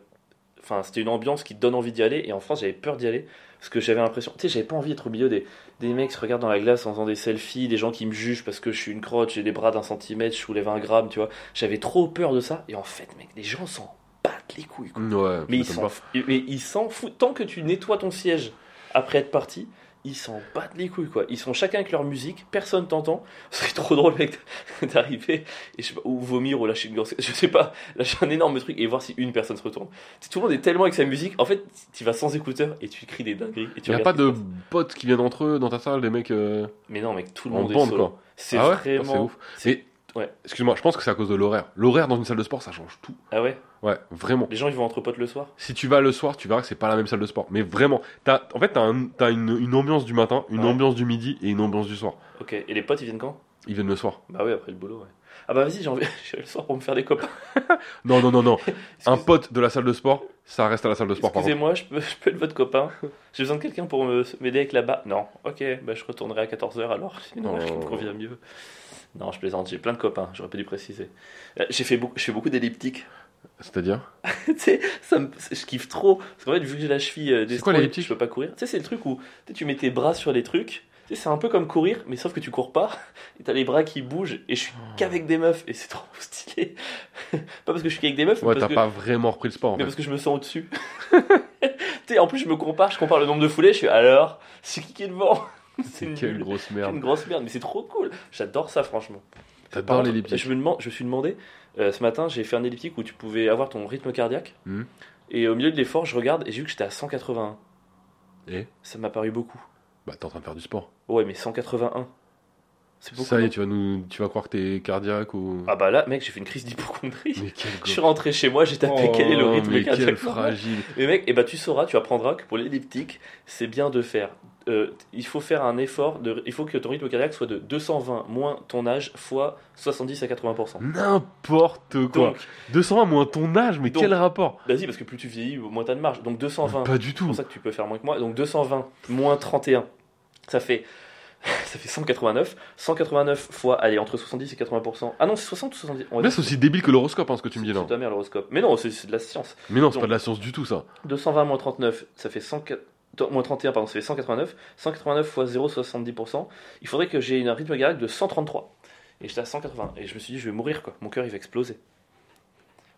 A: Enfin, c'était une ambiance qui te donne envie d'y aller, et en France, j'avais peur d'y aller, parce que j'avais l'impression. Tu sais, j'avais pas envie d'être au milieu des, des mecs qui se regardent dans la glace en faisant des selfies, des gens qui me jugent parce que je suis une crotte, j'ai des bras d'un centimètre, je soulève un gramme, tu vois. J'avais trop peur de ça, et en fait, mec, les gens s'en battent les couilles, quoi.
B: Ouais,
A: Mais ils
B: ça
A: s'en
B: m'étonne
A: f- mais ils s'en foutent. Tant que tu nettoies ton siège après être parti, ils s'en battent les couilles, quoi. Ils sont chacun avec leur musique, personne t'entend. Ce serait trop drôle, mec, d'arriver et je sais pas, ou vomir ou lâcher une grosse. Je sais pas, lâcher un énorme truc et voir si une personne se retourne. Tu sais, tout le monde est tellement avec sa musique. En fait, tu vas sans écouteur et tu cries des dingueries. Et tu
B: Il n'y a pas
A: regardes ce
B: de
A: qui se passe.
B: potes qui viennent entre eux dans ta salle, des mecs euh,
A: Mais non, mec, tout le
B: en
A: monde est
B: bande,
A: solo.
B: quoi.
A: C'est
B: Ah ouais
A: vraiment.
B: Oh, c'est ouf.
A: c'est-
B: Excuse-moi, je pense que c'est à cause de l'horaire. L'horaire dans une salle de sport, ça change tout.
A: Ah ouais
B: Ouais, vraiment.
A: Les gens, ils vont entre potes le soir
B: Si tu vas le soir, tu verras que c'est pas la même salle de sport. Mais vraiment, t'as, en fait, t'as, un- t'as une, une ambiance du matin, une
A: Ouais.
B: ambiance du midi et une ambiance du soir.
A: Ok. Et les potes, ils viennent quand
B: Ils viennent le soir.
A: Bah ouais, après le boulot, ouais. Ah bah vas-y, j'ai envie j'ai le soir pour me faire des copains.
B: Non, non, non, non. un
A: Excuse-
B: pote de la salle de sport, ça reste à la salle de sport, par contre.
A: Excusez-moi, je peux, je peux être votre copain. J'ai besoin de quelqu'un pour me- m'aider avec la barre. Non, ok, bah je retournerai à 14h alors. C'est une
B: Oh.
A: heure qui me convient mieux. Non, je plaisante, j'ai plein de copains, j'aurais pas dû préciser. Euh, J'ai fait beaucoup, je fais beaucoup d'elliptiques.
B: C'est-à-dire
A: tu sais, ça me- je kiffe trop. Parce qu'en fait, vu que j'ai la cheville euh,
B: C'est quoi
A: destroy,
B: l'elliptique
A: je peux pas courir. Tu sais, c'est le truc où tu sais, tu mets tes bras sur les trucs. Tu sais, c'est un peu comme courir, mais sauf que tu cours pas. Et t'as les bras qui bougent. Et je suis qu'avec des meufs. Et c'est trop stylé. pas parce que je suis qu'avec des meufs, mais
B: Ouais,
A: parce
B: t'as
A: que
B: pas vraiment repris le sport, en
A: mais
B: fait.
A: parce que je me sens au-dessus. tu sais, en plus, je me compare, je compare le nombre de foulées, je suis alors, c'est qui qui est devant C'est
B: Quelle
A: nul,
B: grosse
A: c'est
B: merde.
A: une grosse merde, mais c'est trop cool. J'adore ça, franchement. Par
B: T'adores
A: contre,
B: l'elliptique.
A: Je me demande, je me suis demandé, euh, ce matin, j'ai fait un elliptique où tu pouvais avoir ton rythme cardiaque.
B: Mhm.
A: Et au milieu de l'effort, je regarde et j'ai vu que j'étais à 181.
B: Et
A: Ça m'a paru beaucoup.
B: Bah, t'es en train de faire du sport.
A: Ouais, mais 181. C'est beaucoup.
B: Ça y
A: non
B: est, tu vas, nous, tu vas croire que t'es cardiaque ou.
A: Ah bah là, mec, j'ai fait une crise d'hypochondrie.
B: mais quel
A: Je suis rentré chez moi, j'ai tapé quel est le
B: Oh,
A: rythme
B: mais
A: cardiaque.
B: quel fragile.
A: Mais mec, eh ben, tu sauras, tu apprendras que pour l'elliptique, c'est bien de faire. euh, il faut faire un effort, de, il faut que ton rythme cardiaque soit de 220 moins ton âge fois 70 à 80%.
B: N'importe Mmh. quoi.
A: Donc,
B: 220 moins ton âge, mais
A: Donc-
B: quel rapport
A: vas-y, parce que plus tu vieillis, moins t'as de marge. Donc 220, c'est
B: Pas du tout.
A: pour ça que tu peux faire moins que moi. Donc 220 moins 31, ça fait, ça fait 189. 189 fois, allez, entre 70 et 80%. Ah non, c'est 60 ou 70 on va
B: Là,
A: dire-
B: c'est aussi débile que l'horoscope, hein, ce que tu me dis là.
A: C'est ta mère l'horoscope. Mais non, c'est c'est de la science.
B: Mais non, c'est
A: Donc-
B: pas de la science du tout, ça.
A: 220 moins 39, ça fait 100 moins 31, pardon, ça fait 189. 189 fois 0,70%. Il faudrait que j'ai un rythme cardiaque de 133. Et j'étais à 180. Et je me suis dit, je vais mourir, quoi. Mon cœur, il va exploser.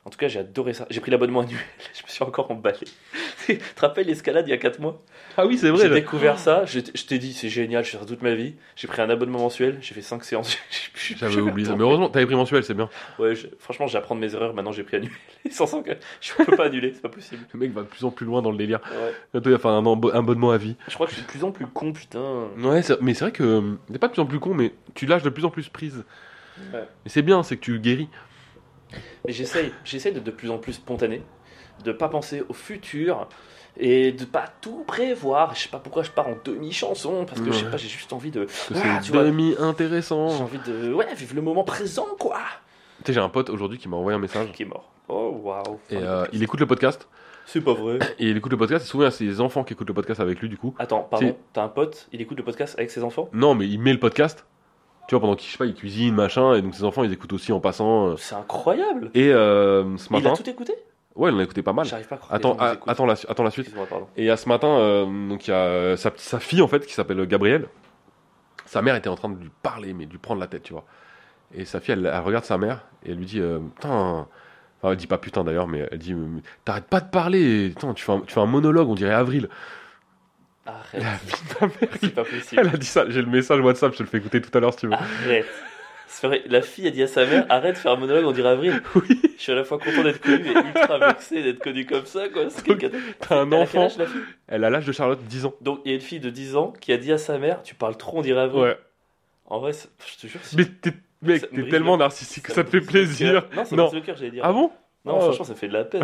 A: En tout cas, j'ai adoré ça. J'ai pris l'abonnement annuel. Je me suis encore emballé. tu te rappelles l'escalade il y a 4 mois
B: Ah oui, c'est
A: J'ai découvert ça. Je t'ai je t'ai dit, c'est génial, je vais faire toute ma vie. J'ai pris un abonnement mensuel. J'ai fait 5 séances. J'ai- j'ai-
B: J'avais
A: j'ai-
B: oublié ça. Mais heureusement, t'avais pris mensuel, c'est bien.
A: Ouais, je- franchement, j'apprends de mes erreurs. Maintenant, j'ai pris annuel. Sans ça, que je peux pas annuler. C'est pas possible.
B: Le mec va de plus en plus loin dans le délire.
A: Ouais.
B: Bientôt, il va faire un embo- un abonnement à vie.
A: Je crois que je suis de plus en plus con, putain.
B: Ouais, c'est- mais c'est vrai que euh, t'es pas de plus en plus con, mais tu lâches de plus en plus prise.
A: Ouais.
B: Et c'est bien, c'est que tu guéris.
A: Mais j'essaye, j'essaye d'être de plus en plus spontané, de pas penser au futur et de pas tout prévoir. Je sais pas pourquoi je pars en demi-chanson, parce que je sais
B: Ouais.
A: pas, j'ai juste envie de.
B: Parce que
A: Ah,
B: c'est
A: tu vois. J'ai
B: demi-intéressant.
A: envie de. Ouais, vivre le moment présent, quoi
B: Tu sais, j'ai un pote aujourd'hui qui m'a envoyé un message.
A: Qui est mort. Oh waouh.
B: Et euh, il écoute le podcast.
A: C'est pas vrai.
B: Et il écoute le podcast. Et souvent, c'est les enfants qui écoutent le podcast avec lui, du coup.
A: Attends, pardon, t'as un pote, il écoute le podcast avec ses enfants
B: Non, mais il met le podcast. Tu vois, pendant qu'il, je sais pas, il cuisine, machin. Et donc, ses enfants, ils écoutent aussi en passant. euh.
A: C'est incroyable
B: Et euh, ce
A: Il a
B: matin.
A: tout écouté
B: Ouais, il en a écouté pas mal.
A: J'arrive pas à croire. que les
B: Attends,
A: gens nous
B: a-
A: écoutent.
B: attends, la, su- attends la suite.
A: Excuse-moi, pardon.
B: Et à ce matin, euh, donc il y a euh, sa, petite- sa fille en fait qui s'appelle Gabrielle, Sa mère était en train de lui parler, mais de lui prendre la tête, tu vois. Et sa fille, elle, elle regarde sa mère et elle lui dit euh, Putain. Enfin, elle dit pas putain d'ailleurs, mais elle dit euh, T'arrêtes pas de parler, putain, tu, fais un, tu fais un monologue, on dirait Avril.
A: Arrête.
B: La vie de ta mère,
A: C'est pas
B: elle
A: possible.
B: a dit ça. J'ai le message WhatsApp, je te le fais écouter tout à l'heure si tu veux.
A: Arrête. C'est vrai, La fille a dit à sa mère Arrête de faire un monologue, on dirait Avril.
B: Oui.
A: Je suis à la fois content d'être connu et ultra vexé d'être connu comme ça, quoi. C'est
B: Donc,
A: quelle cata-
B: T'as un
A: Elle a quel
B: enfant,
A: âge, la fille
B: elle a l'âge de Charlotte, 10 ans.
A: Donc, il y a une fille de 10 ans qui a dit à sa mère Tu parles trop, on dirait Avril.
B: Ouais.
A: En vrai, c'est- je te jure, c'est.
B: Mais t'es, mec,
A: Ça me
B: t'es
A: brise
B: tellement
A: le-
B: narcissique que ça te fait
A: me brise le
B: plaisir.
A: cœur. Non, ça me
B: Non.
A: brise le cœur, j'allais dire.
B: Ah bon
A: Non,
B: Oh.
A: franchement, ça me fait de la peine.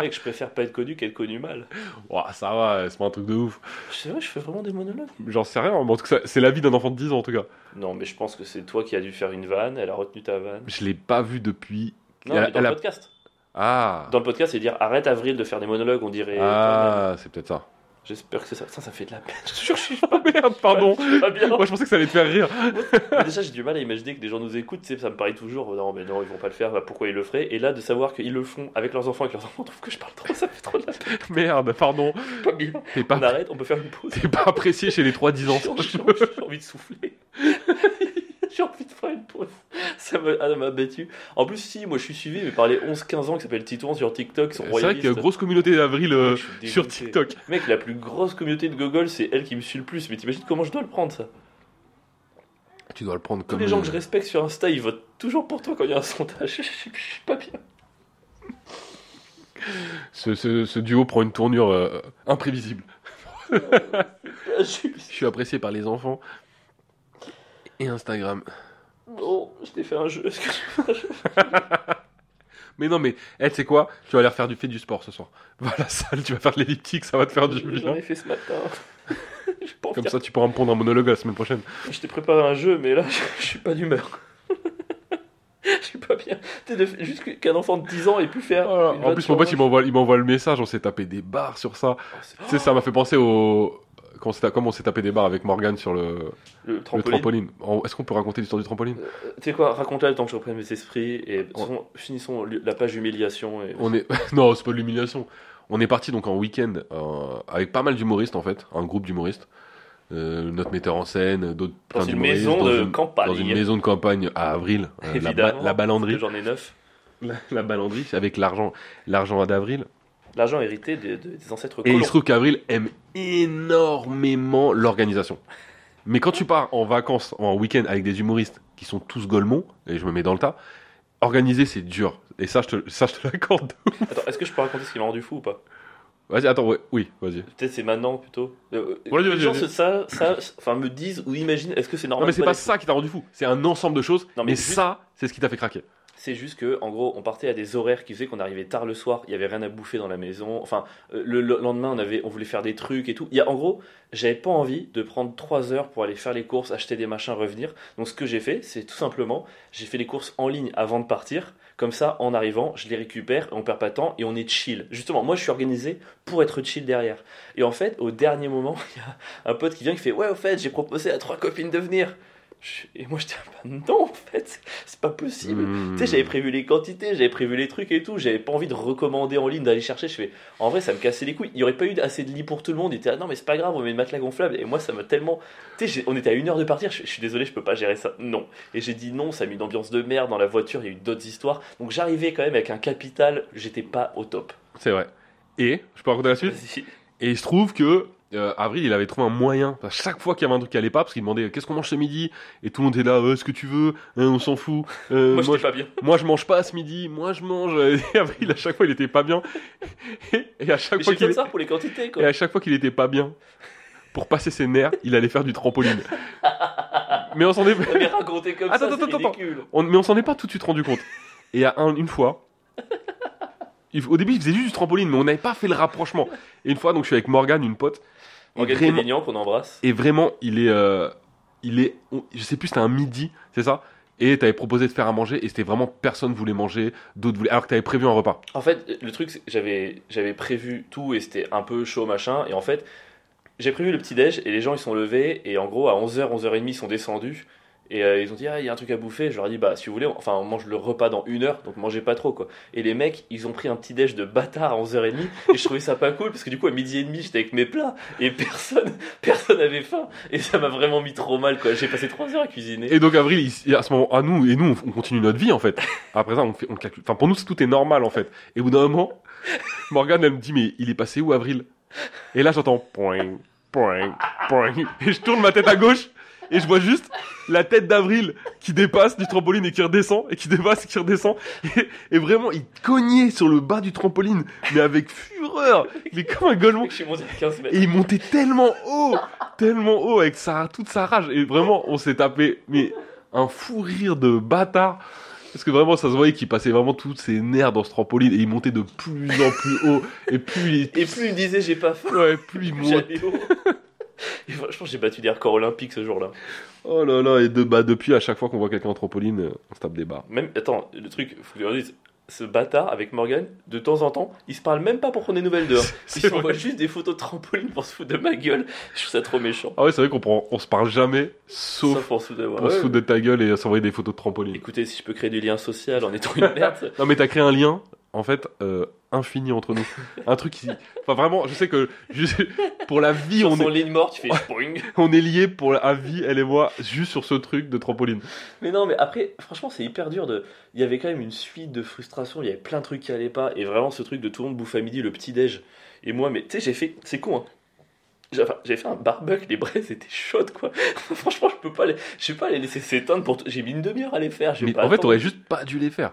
A: Mec, je préfère pas être connu qu'être connu mal.
B: Ouah, ça va, c'est pas un truc de ouf.
A: C'est vrai, je fais vraiment des monologues.
B: J'en sais rien, mais en tout cas, c'est la vie d'un enfant de 10 ans en tout cas.
A: Non, mais je pense que c'est toi qui as dû faire une vanne, elle a retenu ta vanne.
B: Je l'ai pas vu depuis.
A: Non,
B: Elle a-
A: mais dans
B: elle
A: le
B: a-
A: podcast.
B: Ah
A: Dans le podcast, c'est dire arrête Avril de faire des monologues, on dirait. euh,
B: Ah, c'est peut-être ça.
A: J'espère que c'est ça. Putain, ça me fait de la peine. Je te jure, je suis
B: Oh merde, pardon
A: pas bien.
B: Moi je pensais que ça allait te faire rire.
A: Mais déjà, j'ai du mal à imaginer que des gens nous écoutent, tu sais, ça me paraît toujours, non, mais non, ils vont pas le faire, bah, pourquoi ils le feraient Et là, de savoir qu'ils le font avec leurs enfants et que leurs enfants trouvent que je parle trop, ça me fait trop de la peine.
B: Merde, pardon.
A: Pas bien.
B: T'es
A: On
B: pas,
A: arrête, on peut faire une pause.
B: t'es pas apprécié chez les 3-10 ans.
A: J'ai- j'ai- J'ai envie de souffler. J'ai envie de faire une pause. Ça me- ah, ça m'a battu. En plus, si, moi je suis suivi mais par les 11-15 ans qui s'appellent Titouan sur TikTok, qui sont
B: C'est vrai
A: royalistes.
B: qu'il y a une grosse communauté d'avril
A: Je
B: euh,
A: suis dégoûté.
B: sur TikTok.
A: Mec, la plus grosse communauté de Google, c'est elle qui me suit le plus. Mais t'imagines comment je dois le prendre ça
B: Tu dois le prendre
A: Tous
B: comme.
A: les gens que je respecte sur Insta, ils votent toujours pour toi quand il y a un sondage. Je suis je suis pas bien.
B: ce, ce- ce duo prend une tournure euh, imprévisible.
A: Je suis-
B: Je suis apprécié par les enfants et Instagram.
A: Bon, je t'ai fait un jeu. Est-ce que tu-
B: Mais non, mais eh, tu sais quoi Tu vas aller faire du fait du sport ce soir. Va à la salle, tu vas faire de l'elliptique, ça va te faire du
A: J'en
B: bien.
A: ai fait ce matin. Je pas
B: Comme ça, tu pourras me prendre un monologue la semaine prochaine.
A: Je t'ai préparé un jeu, mais là, je, je suis pas d'humeur. je suis pas bien. T'es de- Juste que- qu'un enfant de 10 ans ait pu faire.
B: Voilà.
A: une
B: En
A: vanne
B: plus,
A: sur
B: mon pote,
A: moi.
B: il m'envoie, il m'envoie le message. On s'est tapé des barres sur ça.
A: Oh, c'est-
B: Tu sais, ça m'a fait penser au. Quand on s'est- comme on s'est tapé des barres avec Morgan sur le
A: Le
B: le
A: trampoline.
B: trampoline. En- Est-ce qu'on peut raconter l'histoire du trampoline
A: Euh, Tu sais quoi, raconte-la le temps que je reprenne mes esprits et de toute façon, finissons li- la page humiliation. Et...
B: On est non, c'est pas de l'humiliation. On est parti donc en week-end euh, avec pas mal d'humoristes en fait, un groupe d'humoristes, Euh, notre metteur en scène, d'autres
A: Dans
B: plein
A: une
B: d'humoristes,
A: maison
B: dans
A: de
B: une-
A: campagne.
B: dans une maison de campagne à avril, euh, la, ba-
A: Évidemment,
B: la
A: parce
B: ballandrie,
A: que J'en ai neuf.
B: la, la ballandrie c'est avec l'argent, l'argent d'avril.
A: L'argent hérité des, des- des ancêtres
B: Et
A: colons.
B: il se trouve qu'avril aime énormément l'organisation. Mais quand tu pars en vacances, en week-end avec des humoristes qui sont tous golemons, et je me mets dans le tas, organiser c'est dur. Et ça, je te, ça, je te l'accorde.
A: Attends, est-ce que je peux raconter ce qui m'a rendu fou ou pas
B: Vas-y, attends, ouais, oui, vas-y.
A: Peut-être c'est maintenant plutôt. Euh,
B: Vas-y,
A: les
B: vas-y,
A: gens
B: vas-y.
A: se- ça, ça, enfin, me disent ou imaginent, est-ce que c'est normal
B: Non mais
A: ou
B: c'est
A: pas
B: pas ça qui t'a rendu fou, c'est un ensemble de choses,
A: Non, mais
B: mais,
A: juste-
B: ça, c'est ce qui t'a fait craquer.
A: C'est juste que, en gros, on partait à des horaires qui faisaient qu'on arrivait tard le soir, il y avait rien à bouffer dans la maison. Enfin, euh, le, le lendemain, on, avait, on voulait faire des trucs et tout. Il y a, en gros, j'avais pas envie de prendre 3 heures pour aller faire les courses, acheter des machins, revenir. Donc, ce que j'ai fait, c'est tout simplement, j'ai fait les courses en ligne avant de partir. Comme ça, en arrivant, je les récupère, on perd pas de temps et on est chill. Justement, moi, je suis organisé pour être chill derrière. Et en fait, au dernier moment, il y a un pote qui vient qui fait Ouais, au fait, j'ai proposé à trois copines de venir. Je- Et moi, je dis Ah bah, Non, en fait, c'est pas possible. Tu sais, j'avais
B: Mmh,
A: prévu les quantités, j'avais prévu les trucs et tout. J'avais pas envie de recommander en ligne, d'aller chercher. Je fais, en vrai, ça me cassait les couilles. Il y aurait pas eu assez de lits pour tout le monde. Il était, ah non, mais c'est pas grave, on met une matelas gonflable. Et moi, ça m'a tellement. Tu sais, j'ai- on était à une heure de partir. Je, je suis désolé, je peux pas gérer ça. Non. Et j'ai dit non, ça a mis une ambiance de merde dans la voiture. Il y a eu d'autres histoires. Donc j'arrivais quand même avec un capital. J'étais pas au top.
B: C'est vrai. Et, je peux raconter la suite
A: Vas-y.
B: Et il se trouve que euh, Avril, il avait trouvé un moyen. À chaque fois qu'il y avait un truc qui allait pas, parce qu'il demandait qu'est-ce qu'on mange ce midi, et tout le monde était là, euh, ce que tu veux, euh, on s'en fout. euh,
A: Moi,
B: moi,
A: j'étais pas bien.
B: je, moi, je mange pas à ce midi, moi je mange. Et Avril, à chaque fois, il était pas bien. Et, et à chaque
A: Mais
B: fois
A: j'ai
B: qu'il
A: fait ça pour les quantités,
B: et
A: quoi.
B: à chaque fois qu'il était pas bien, pour passer ses nerfs, il allait faire du trampoline. Mais on s'en est
A: Mais raconter comme
B: Attends,
A: ça,
B: attends,
A: c'est
B: attends,
A: ridicule.
B: On- mais on s'en est pas tout de suite rendu compte. Et à un- une fois, il- au début, il faisait juste du trampoline, mais on n'avait pas fait le rapprochement. Et une fois, donc, je suis avec Morgane, une pote. Et
A: Morgane
B: vraiment,
A: Trévignan, qu'on embrasse.
B: et vraiment, il est. euh, il est on- je sais plus, c'était un midi, c'est ça Et t'avais proposé de faire à manger, et c'était vraiment personne voulait manger, d'autres voulaient. Alors que t'avais prévu un repas.
A: En fait, le truc, c'est que j'avais, j'avais prévu tout et c'était un peu chaud, machin. Et en fait, j'ai prévu le petit-déj et les gens, ils sont levés. Et en gros, à 11h, 11h30, ils sont descendus. Et euh, ils ont dit, ah, il y a un truc à bouffer. Je leur ai dit, bah, si vous voulez, on- enfin, on mange le repas dans une heure, donc mangez pas trop, quoi. Et les mecs, ils ont pris un petit déj de bâtard à 11h30, et je trouvais ça pas cool, parce que du coup, à midi et demi, j'étais avec mes plats, et personne, personne avait faim. Et ça m'a vraiment mis trop mal, quoi. J'ai passé 3 heures à cuisiner.
B: Et donc avril, il- il- à ce moment, à nous et nous, on- on continue notre vie en fait. Après ça, on fait, on calcule. Enfin, pour nous, c'est- tout est normal en fait. Et au bout d'un moment, Morgane, elle me dit, mais il est passé où avril Et là, j'entends poing, poing, poing. Et je tourne ma tête à gauche et je vois juste la tête d'avril qui dépasse du trampoline et qui redescend et qui dépasse et qui redescend. Et, et vraiment, il cognait sur le bas du trampoline, mais avec fureur, mais comme un golemon.
A: Je suis monté à 15 mètres.
B: Et il montait tellement haut, tellement haut avec sa, toute sa rage. Et vraiment, on s'est tapé mais un fou rire de bâtard. Parce que vraiment, ça se voyait qu'il passait vraiment tous ses nerfs dans ce trampoline et il montait de plus en plus haut. Et plus
A: Et plus ils me disaient, j'ai pas faim.
B: il, ouais, plus il montait.
A: J'allais haut. Et franchement, j'ai battu des records olympiques ce jour-là.
B: Oh là là, et de, bah, depuis, à chaque fois qu'on voit quelqu'un en trampoline, euh, on se tape des barres.
A: Même, attends, le truc, faut que je le dise, ce bâtard avec Morgan, de temps en temps, ils se parlent même pas pour prendre des nouvelles d'eux. Ils
B: C'est
A: s'envoient
B: vrai.
A: juste des photos de trampoline pour se foutre de ma gueule. Je trouve ça trop méchant.
B: Ah ouais, c'est vrai qu'on prend- on se parle jamais, sauf
A: Sauf pour se foutre de moi.
B: pour se
A: Ouais.
B: foutre de ta gueule et s'envoyer des photos de trampoline.
A: Écoutez, si je peux créer du lien social en étant une merde,
B: Non mais t'as créé un lien en fait euh, infini entre nous. un truc qui, enfin vraiment, je sais que je sais- pour la vie
A: sur
B: on
A: son
B: est,
A: ligne morte, tu fais boing.
B: on est liés pour la à vie elle et moi juste sur ce truc de trampoline.
A: Mais non, mais après, franchement, c'est hyper dur de. Il y avait quand même une suite de frustrations, il y avait plein de trucs qui allaient pas, et vraiment ce truc de tout le monde bouffe à midi, le petit déj. Et moi, mais tu sais, j'ai fait. C'est con, hein. J'ai enfin, j'ai fait un barbecue, les braises étaient chaudes, quoi. franchement, je peux pas les. Je vais pas les laisser s'éteindre pour. J'ai mis une demi-heure à les faire, je vais
B: Mais
A: pas
B: en fait
A: attendre. Euh,
B: t'aurais juste pas dû les faire.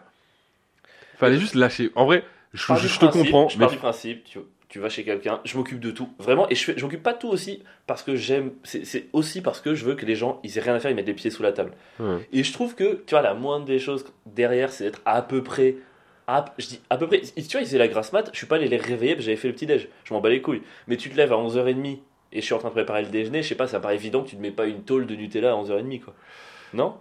B: Fallait juste lâcher. En vrai, je,
A: pars
B: je-
A: du
B: je te
A: principe-
B: comprends,
A: Je
B: mais
A: pars du principe, tu, tu vas chez quelqu'un, je m'occupe de tout, vraiment, et je fais- je m'occupe pas de tout aussi, parce que j'aime, c'est c'est aussi parce que je veux que les gens, ils aient rien à faire, ils mettent les pieds sous la table.
B: Ouais.
A: Et je trouve que, tu vois, la moindre des choses derrière, c'est d'être à peu près, à, je dis à peu près, tu vois, ils faisaient la grasse mat, je suis pas allé les réveiller, parce que j'avais fait le petit déj, je m'en bats les couilles. Mais tu te lèves à 11h30, et je suis en train de préparer le déjeuner, je sais pas, ça paraît évident que tu ne mets pas une tôle de Nutella à 11h30, quoi. Non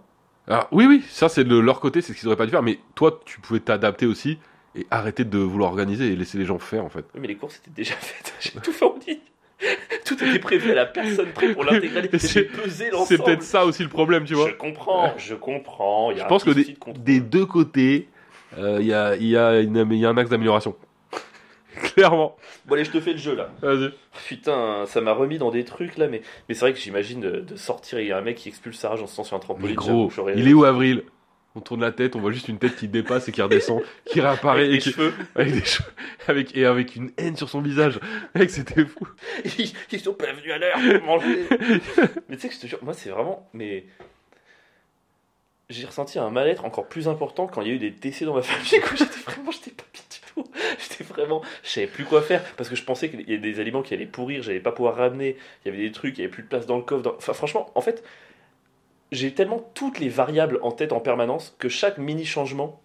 B: Alors, oui oui, ça c'est de leur côté, c'est ce qu'ils auraient pas dû faire. Mais toi tu pouvais t'adapter aussi et arrêter de vouloir organiser et laisser les gens faire en fait.
A: Oui, mais les courses étaient déjà faites. J'ai tout fait en ligne. Tout était prévu à la personne près pour l'intégralité.
B: C'est-
A: J'ai pesé
B: C'est
A: l'ensemble.
B: peut-être ça aussi le problème, tu vois.
A: Je comprends, je comprends. Il y a
B: Je
A: un
B: pense que
A: petit
B: des,
A: de contrôle.
B: des deux côtés, euh, il y, a, il y a une- il y a un axe d'amélioration. Clairement.
A: Bon, allez, je te fais le jeu là.
B: Vas-y.
A: Putain, ça m'a remis dans des trucs là, mais, mais c'est vrai que j'imagine de, de sortir et il y a un mec qui expulse sa rage en se lançant sur un
B: Mais
A: trampoline.
B: gros, il est où Avril On tourne la tête, on voit juste une tête qui dépasse et qui redescend, qui réapparaît
A: Pareil,
B: et,
A: les
B: qui-
A: cheveux.
B: avec des cheveux- avec, et avec une haine sur son visage. Mec, c'était fou.
A: Ils, ils sont pas venus à l'heure pour manger. mais tu sais que je te jure, moi c'est vraiment. Mais. J'ai ressenti un mal-être encore plus important quand il y a eu des décès dans ma famille. quoi. J'étais vraiment, j'étais pas bien du tout. J'étais vraiment, je savais plus quoi faire parce que je pensais qu'il y a des aliments qui allaient pourrir, j'allais pas pouvoir ramener. Il y avait des trucs, il y avait plus de place dans le coffre. dans- Enfin, franchement, en fait, j'ai tellement toutes les variables en tête en permanence que chaque mini changement,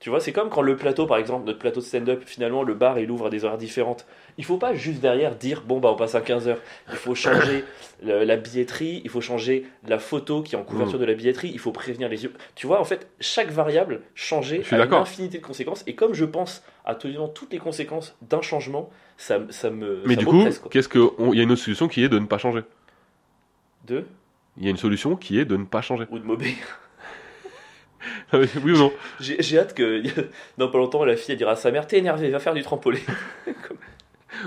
A: tu vois, c'est comme quand le plateau, par exemple, notre plateau de stand-up, finalement, le bar, il ouvre à des horaires différentes. Il faut pas juste derrière dire bon bah on passe à 15 heures. Il faut changer le- la billetterie, il faut changer la photo qui est en
B: Mm.
A: couverture de la billetterie, il faut prévenir les yeux. Tu vois en fait chaque variable changer
B: Je suis
A: a une
B: d'accord.
A: infinité de conséquences et comme je pense à tenir toutes les conséquences d'un changement, ça, me- ça me
B: Mais
A: ça
B: du coup,
A: m'oppresse, quoi.
B: qu'est-ce que on- il y a une autre solution qui est de ne pas changer.
A: de
B: Il y a une solution qui est de ne pas changer.
A: ou de m'obéir.
B: oui ou non
A: J'ai j'ai hâte que dans pas longtemps la fille elle dira à sa mère t'es énervé va faire du trampoline. Comme-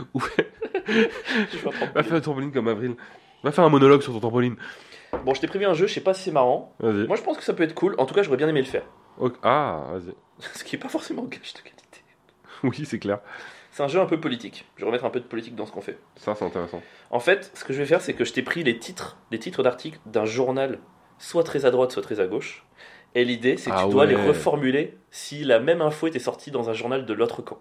B: Ouais.
A: Je fais un trampoline.
B: Va faire un trampoline comme Avril. Va faire un monologue sur ton trampoline.
A: Bon je t'ai prévu un jeu je sais pas si c'est marrant.
B: Vas-y.
A: Moi je pense que ça peut être cool. En tout cas j'aurais bien aimé le faire.
B: Ok. Ah, vas-y.
A: Ce qui est pas forcément gage de qualité.
B: Oui, c'est clair.
A: C'est un jeu un peu politique. Je vais remettre un peu de politique dans ce qu'on fait.
B: Ça, c'est intéressant.
A: En fait, ce que je vais faire, c'est que je t'ai pris les titres, les titres d'articles d'un journal, soit très à droite, soit très à gauche. Et l'idée, c'est que
B: Ah
A: tu dois les
B: ouais.
A: reformuler si la même info était sortie dans un journal de l'autre camp.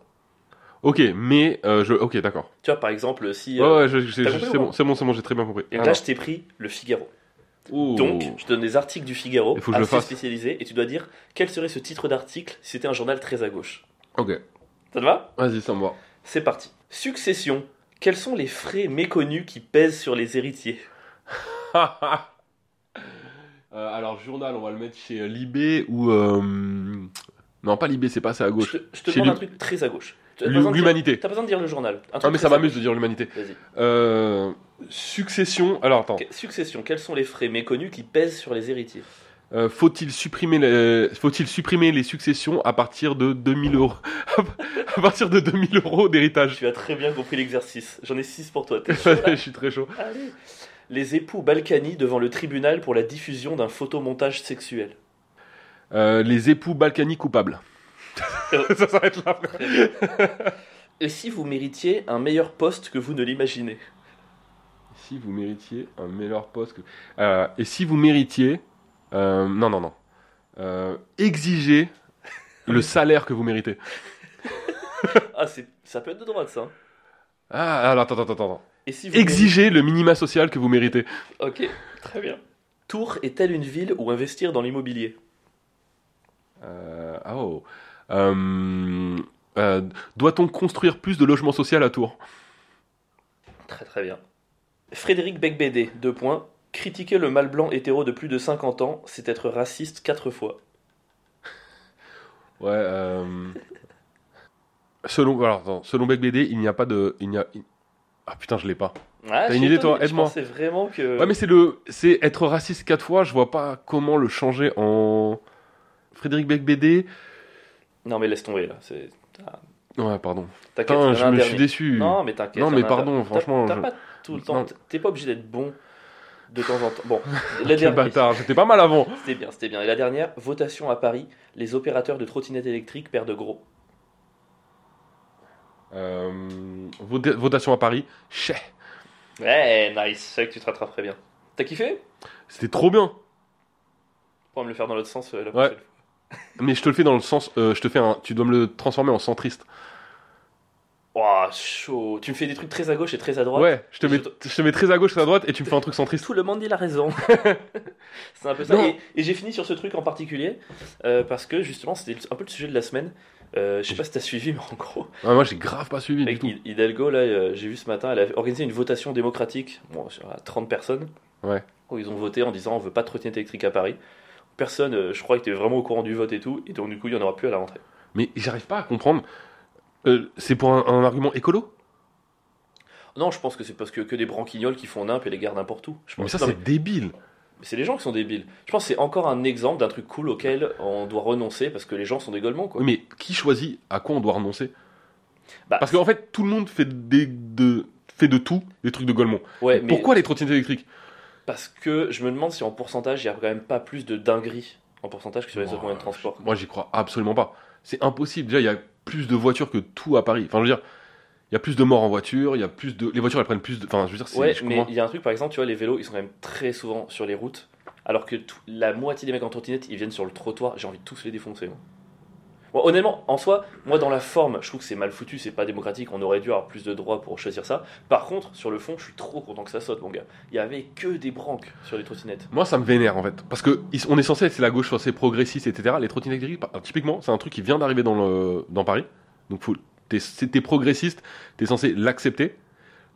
B: Ok, mais euh, je. Ok, d'accord.
A: Tu vois, par exemple, si.
B: Ouais,
A: euh,
B: ouais, je- je-
A: t'as
B: je-
A: compris
B: c'est
A: ou
B: bon, c'est bon, c'est bon, j'ai très bien compris.
A: Et
B: Ah
A: là,
B: non.
A: je t'ai pris le Figaro.
B: Ouh.
A: Donc, je te donne des articles du Figaro,
B: Il faut que je le
A: assez
B: fasse.
A: spécialisés, et tu dois dire quel serait ce titre d'article si c'était un journal très à gauche.
B: Ok,
A: Ça te va
B: vas-y, ça me va.
A: C'est parti. Succession. Quels sont les frais méconnus qui pèsent sur les héritiers
B: Euh, alors, journal, on va le mettre chez euh, Libé ou. euh, Non, pas Libé, c'est passé à gauche.
A: Je te, je te
B: Chez
A: demande un
B: lui.
A: truc très à gauche. T'as pas besoin de dire-
B: L'humanité.
A: T'as pas besoin de dire le journal. Un
B: Ah,
A: truc
B: mais
A: très
B: ça m'amuse
A: simple.
B: de dire l'humanité.
A: Vas-y.
B: Euh, succession. Alors, attends.
A: Que- Succession, quels sont les frais méconnus qui pèsent sur les héritiers
B: Euh, faut-il supprimer les... faut-il supprimer les successions à partir de 2000 euros à partir de 2000 euros d'héritage
A: Tu as très bien compris l'exercice. J'en ai six pour toi. t'es chaud, là
B: Je suis très chaud.
A: Allez. Les époux Balkany devant le tribunal pour la diffusion d'un photomontage sexuel.
B: Euh, les époux Balkany coupables.
A: Euh,
B: ça s'arrête là. frère.
A: Et si vous méritiez un meilleur poste que vous ne l'imaginez
B: Si vous méritiez un meilleur poste que... Euh, et si vous méritiez euh, non non non euh, exiger le salaire que vous méritez.
A: Ah, c'est- ça peut être de droite, ça. hein.
B: Ah alors attends attends attends. attends.
A: Et si vous
B: Exiger le minima social que vous méritez.
A: méritez- Ok, très bien. Tours est-elle une ville où investir dans l'immobilier
B: Euh, ah, oh. Euh, euh, Doit-on construire plus de logements sociaux à Tours
A: Très très bien. Frédéric Becbédé, deux points. Critiquer le mâle blanc hétéro de plus de 50 ans, c'est être raciste quatre fois.
B: Ouais. euh, Selon, alors, attends, selon Beck BD, il n'y a pas de. Il n'y a... il- Ah putain, je l'ai pas.
A: Ah,
B: T'as
A: je
B: une
A: suis
B: idée, toi
A: étonné. Je
B: Aide-moi.
A: pensais vraiment que.
B: Ouais, mais c'est le. C'est être raciste quatre fois, je vois pas comment le changer en. Frédéric Beck BD.
A: Non, mais laisse tomber là. c'est-
B: Ouais, pardon.
A: T'inquiète, il y en
B: Putain,
A: a
B: je
A: un
B: me suis
A: dernier.
B: déçu.
A: Non, mais t'inquiète.
B: Non,
A: il y en
B: mais
A: a un-
B: pardon,
A: t'as-
B: franchement,
A: T'as
B: je-
A: pas tout le
B: Non.
A: temps. T'es pas obligé d'être bon de temps en temps. Bon, la
B: Quel
A: dernière.
B: bâtard, j'étais pas mal avant.
A: C'était bien, c'était bien. Et la dernière, votation à Paris, les opérateurs de trottinettes électriques perdent gros.
B: Euh, vota- Votation à Paris. Chais.
A: Ouais, nice, je savais que tu te rattraperais bien. T'as kiffé
B: C'était trop bien.
A: Pour me le faire dans l'autre sens euh, la
B: Ouais.
A: prochaine fois.
B: Mais je te le fais dans le sens. euh, je te fais un. Tu dois me le transformer en centriste.
A: Ouah, chaud. Tu me fais des trucs très à gauche et très à droite.
B: Ouais, je te,
A: Je
B: mets, je te mets très à gauche, très à droite, et tu me fais un truc centriste.
A: Tout le monde, il a raison. c'est un peu ça.
B: Non.
A: Et, et j'ai fini sur ce truc en particulier euh, parce que justement, c'était un peu le sujet de la semaine. Euh, je sais pas si t'as suivi, mais en gros,
B: Ah, moi, j'ai grave pas suivi
A: mec,
B: du tout.
A: Hid- Hidalgo, là, euh, j'ai vu ce matin, elle a organisé une votation démocratique bon, sur à 30 personnes.
B: Ouais.
A: Où ils ont voté en disant on veut pas de trottinette électrique à Paris. Personne, euh, je crois, était vraiment au courant du vote et tout. Et donc, du coup, il y en aura plus à la rentrée.
B: Mais j'arrive pas à comprendre. Euh, c'est pour un, un argument écolo
A: Non, je pense que c'est parce que, que des branquignoles qui font nimp et les gardent n'importe où. Je pense
B: Mais ça,
A: non,
B: c'est débile.
A: Mais C'est les gens qui sont débiles. Je pense que c'est encore un exemple d'un truc cool auquel on doit renoncer parce que les gens sont des gueulements, quoi.
B: Oui, mais qui choisit à quoi on doit renoncer
A: Bah,
B: Parce qu'en fait, tout le monde fait, des, de, fait de tout des trucs de Golemont.
A: ouais, mais
B: Pourquoi les trottinettes électriques
A: Parce que je me demande si en pourcentage, il n'y a quand même pas plus de dinguerie en pourcentage que sur les
B: Oh,
A: autres moyens de transport.
B: Moi, j'y crois absolument pas. C'est impossible. Déjà, il y a plus de voitures que tout à Paris. Enfin, je veux dire, il y a plus de morts en voiture, il y a plus de. Les voitures, elles prennent plus de. Enfin, je veux dire, c'est.
A: Ouais,
B: je
A: mais
B: comprends-
A: il y a un truc, par exemple, tu vois, les vélos, ils sont quand même très souvent sur les routes, alors que tout- la moitié des mecs en trottinette, ils viennent sur le trottoir, j'ai envie de tous les défoncer. moi. Bon, honnêtement, en soi, moi, dans la forme, je trouve que c'est mal foutu, c'est pas démocratique, on aurait dû avoir plus de droits pour choisir ça. Par contre, sur le fond, je suis trop content que ça saute, mon gars. Il y avait que des branques sur les trottinettes.
B: Moi, ça me vénère en fait. Parce que ils- on est censé être c'est la gauche censée progressiste, etc. Les trottinettes électriques, par- typiquement, c'est un truc qui vient d'arriver dans, le- dans Paris. Donc, faut- t'es c'est- t'es progressiste, t'es censé l'accepter,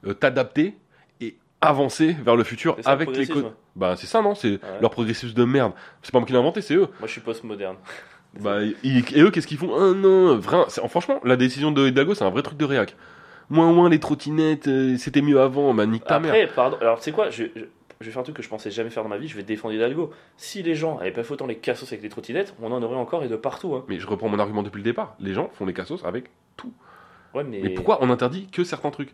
B: euh, t'adapter et avancer vers le futur
A: C'est ça, le
B: avec les. co-
A: progressisme
B: Bah, c'est ça, non C'est
A: Ouais.
B: leur progressisme de merde. C'est pas moi qui l'ai inventé, c'est eux.
A: Moi, je suis post-moderne.
B: Bah, ils- et eux, qu'est-ce qu'ils font Ah non, vrai- c'est- franchement, la décision de Hidalgo, c'est un vrai truc de réac. Moins, moins les trottinettes, euh, c'était mieux avant, bah nique ta mère.
A: Après, pardon, alors tu sais quoi, je, je- je vais faire un truc que je pensais jamais faire dans ma vie, je vais défendre Hidalgo. Si les gens n'avaient pas fait autant les cassos avec les trottinettes, on en aurait encore et de partout. hein.
B: Mais je reprends mon argument depuis le départ. Les gens font les cassos avec
A: Ouais, mais...
B: Mais pourquoi on interdit que certains trucs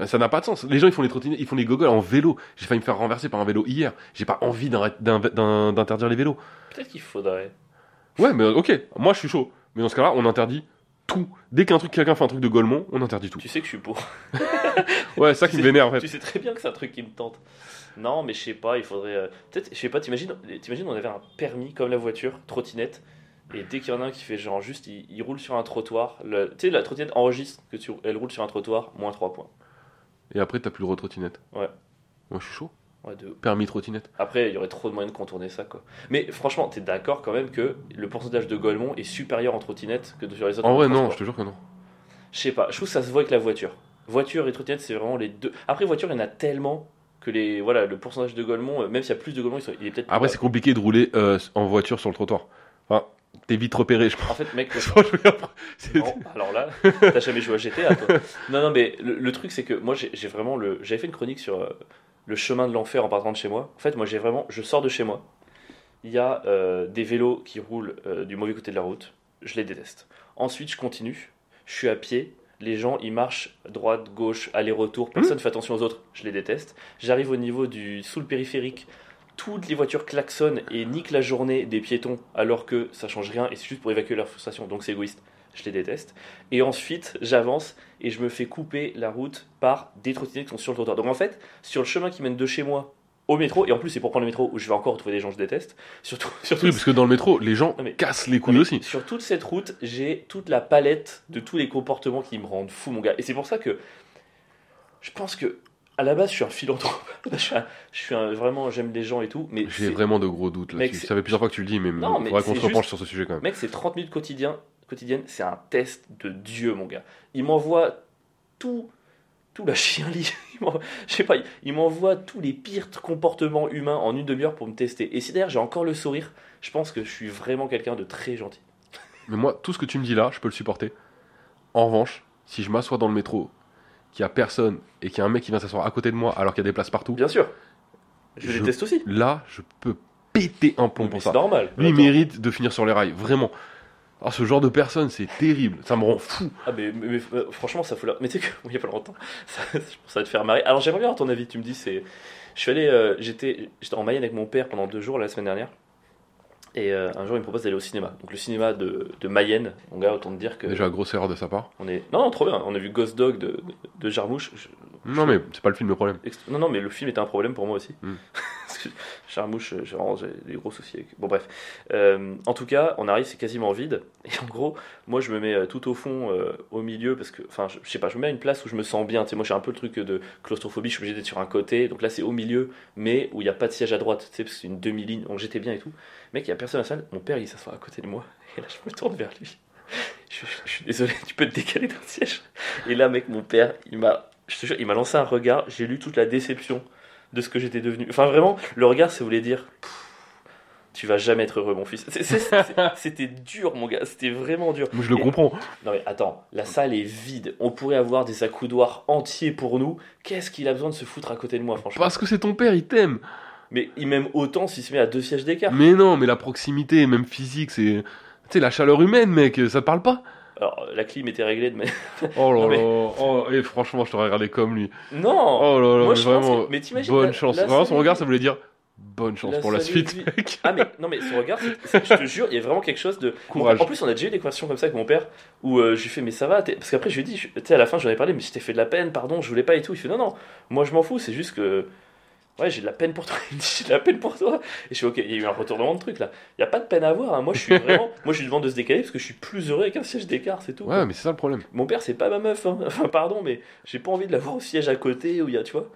B: Euh, ça n'a pas de sens. Les gens, ils font les trottinettes, ils font les gogoles en vélo. J'ai failli me faire renverser par un vélo hier. J'ai pas envie d'arrêt- d'un- d'un- d'interdire les vélos.
A: Peut-être qu'il faudrait.
B: Ouais, mais euh, ok, moi je suis chaud. Mais dans ce cas-là, on interdit tout. Dès qu'un truc, quelqu'un fait un truc de golemont, on interdit tout.
A: Tu sais que je suis pour.
B: Ouais, c'est ça qui me vénère en fait.
A: tu sais très bien que c'est un truc qui me tente. Non, mais je sais pas, il faudrait. euh, Peut-être, je sais pas, t'imagines, t'imagines, on avait un permis comme la voiture, trottinette, et dès qu'il y en a un qui fait genre juste, il, il roule sur un trottoir. le- Tu sais, la trottinette enregistre que tu, elle roule sur un trottoir, moins 3 points.
B: Et après, t'as plus le droit de trottinette.
A: Ouais.
B: Moi je suis chaud.
A: Ouais, de ouf.
B: Permis trottinette.
A: Après, il y aurait trop de moyens de contourner ça, quoi. Mais franchement, t'es d'accord quand même que le pourcentage de Golemont est supérieur en trottinette que sur les autres.
B: En vrai,
A: transports.
B: non, je te jure que non.
A: Je sais pas, je trouve que ça se voit avec la voiture. Voiture et trottinette, c'est vraiment les deux. Après, voiture, il y en a tellement que les, voilà, le pourcentage de Golemont, euh, même s'il y a plus de Golemont, ils sont- il est peut-être.
B: Après, c'est compliqué de rouler euh, en voiture sur le trottoir. Enfin, t'es vite repéré, je pense.
A: En fait, mec, le-
B: Franchement, je veux dire, c'est-
A: Non, alors là, t'as jamais joué à GTA, toi. Non, non, mais le, le truc, c'est que moi, j'ai j'ai vraiment le. J'avais fait une chronique sur euh, le chemin de l'enfer en partant de chez moi. En fait, moi, j'ai vraiment. Je sors de chez moi. Il y a euh, des vélos qui roulent euh, du mauvais côté de la route. Je les déteste. Ensuite, je continue. Je suis à pied. Les gens, ils marchent droite, gauche, aller-retour. Personne ne fait attention aux autres. Je les déteste. J'arrive au niveau du. sous le périphérique. Toutes les voitures klaxonnent et niquent la journée des piétons alors que ça change rien et c'est juste pour évacuer leur frustration. Donc c'est égoïste. Je les déteste. Et ensuite, j'avance et je me fais couper la route par des trottinettes qui sont sur le trottoir. Donc en fait, sur le chemin qui mène de chez moi au métro, et en plus c'est pour prendre le métro où je vais encore trouver des gens que je déteste, surtout, surtout
B: Oui, parce que dans le métro, les gens
A: Non, mais-
B: cassent les couilles
A: non, mais
B: aussi.
A: Sur toute cette route, j'ai toute la palette de tous les comportements qui me rendent fou, mon gars. Et c'est pour ça que je pense que à la base, je suis un philanthrope. je suis, un- je suis un- vraiment, j'aime les gens et tout. Mais
B: J'ai
A: c'est-
B: vraiment de gros doutes
A: Mec,
B: là-dessus.
A: c'est-
B: Ça fait plusieurs fois que tu le dis, mais
A: Non,
B: il
A: mais
B: faudrait qu'on
A: c'est
B: se repenche
A: juste-
B: sur ce sujet quand même.
A: Mec, c'est 30 minutes quotidien, quotidienne, c'est un test de Dieu, mon gars. Il m'envoie tout, tout la chienlit. Il m'envoie- Je sais pas, il- il m'envoie tous les pires comportements humains en une demi-heure pour me tester. Et si d'ailleurs j'ai encore le sourire, je pense que je suis vraiment quelqu'un de très gentil.
B: Mais moi, tout ce que tu me dis là, je peux le supporter. En revanche, si je m'assois dans le métro, qu'il y a personne et qu'il y a un mec qui vient s'asseoir à côté de moi alors qu'il y a des places partout,
A: Bien sûr, je,
B: Je-
A: les teste aussi.
B: là, je peux péter un plomb
A: Mais
B: pour
A: C'est
B: ça.
A: normal.
B: Lui, il
A: Attends.
B: mérite de finir sur les rails, vraiment. Ah, ce genre de personne, c'est terrible. Ça me rend fou.
A: Ah, mais, mais- mais, euh, franchement, ça fout la. Mais tu sais que, il y a pas longtemps, ça, je pense que ça va te faire marrer. Alors, j'aimerais bien avoir ton avis. Tu me dis, c'est. Je suis allé. euh, J'étais j'étais en Mayenne avec mon père pendant deux jours la semaine dernière. Et euh, un jour, il me propose d'aller au cinéma. Donc, le cinéma de, de Mayenne, mon gars, autant te dire que.
B: Déjà, grosse erreur de sa part.
A: On est... Non, non, trop bien. On a vu Ghost Dog de, de Jarmouche. Je-
B: Non, mais c'est pas le film le problème.
A: Ext- Non, non, mais le film était un problème pour moi aussi.
B: Mm.
A: Parce que Charmouche, euh, j'ai vraiment- j'ai des gros soucis avec. Bon, bref. Euh, en tout cas, on arrive, c'est quasiment vide. Et en gros, moi, je me mets euh, tout au fond, euh, au milieu, parce que, enfin, je, je sais pas, je me mets à une place où je me sens bien. Tu sais, moi, j'ai un peu le truc de claustrophobie, je suis obligé d'être sur un côté. Donc là, c'est au milieu, mais où il n'y a pas de siège à droite, tu sais, parce que c'est une demi-ligne. Donc j'étais bien et tout. Mec, il n'y a personne à la salle. Mon père, il s'assoit à côté de moi. Et là, je me tourne vers lui. Je, je- je suis désolé, tu peux te décaler d'un siège. Et là, mec, mon père, il m'a, je te jure, il m'a lancé un regard. J'ai lu toute la déception de ce que j'étais devenu. Enfin, vraiment, le regard, ça voulait dire, Pff, tu vas jamais être heureux, mon fils. C'est- c'est- c'est- C'était dur, mon gars. C'était vraiment dur.
B: Moi, je le
A: Et-
B: comprends.
A: Non mais attends, la salle est vide. On pourrait avoir des accoudoirs entiers pour nous. Qu'est-ce qu'il a besoin de se foutre à côté de moi, franchement
B: Parce que c'est ton père, il t'aime.
A: Mais il m'aime autant s'il se met à deux sièges d'écart.
B: Mais non, mais la proximité, même physique, c'est. Tu sais, la chaleur humaine, mec, ça te parle pas
A: Alors, la clim était réglée de manière.
B: Oh là
A: Non, mais-
B: là, oh, et franchement, je t'aurais regardé comme lui.
A: Non.
B: Oh là là,
A: Moi,
B: mais
A: je pense
B: vraiment.
A: que- mais t'imagines,
B: bonne
A: la-
B: chance.
A: la
B: Vraiment, son
A: solide-
B: regard, ça voulait dire bonne chance pour la
A: solide
B: suite,
A: vie-
B: mec.
A: Ah mais non mais son regard, c'est- c'est- je te jure, il y a vraiment quelque chose de.
B: Courage.
A: En plus, on a déjà eu des conversations comme ça avec mon père où euh, je lui fais mais ça va, t'es- parce qu'après je lui dis, tu sais à la fin j'en ai parlé, mais je t'ai fait de la peine, pardon, je voulais pas et tout. Il fait non non, moi je m'en fous, c'est juste que ouais j'ai de la peine pour toi. Il me dit j'ai de la peine pour toi. Et je fais ok, il y a eu un retournement de truc là. Il y a pas de peine à avoir. hein. Moi je suis vraiment, moi je lui demande de se décaler parce que je suis plus heureux avec un siège d'écart, c'est tout. quoi.
B: Ouais, mais c'est ça le problème.
A: Mon père c'est pas ma meuf, hein. enfin pardon, mais j'ai pas envie de l'avoir au siège à côté où il y a, tu vois.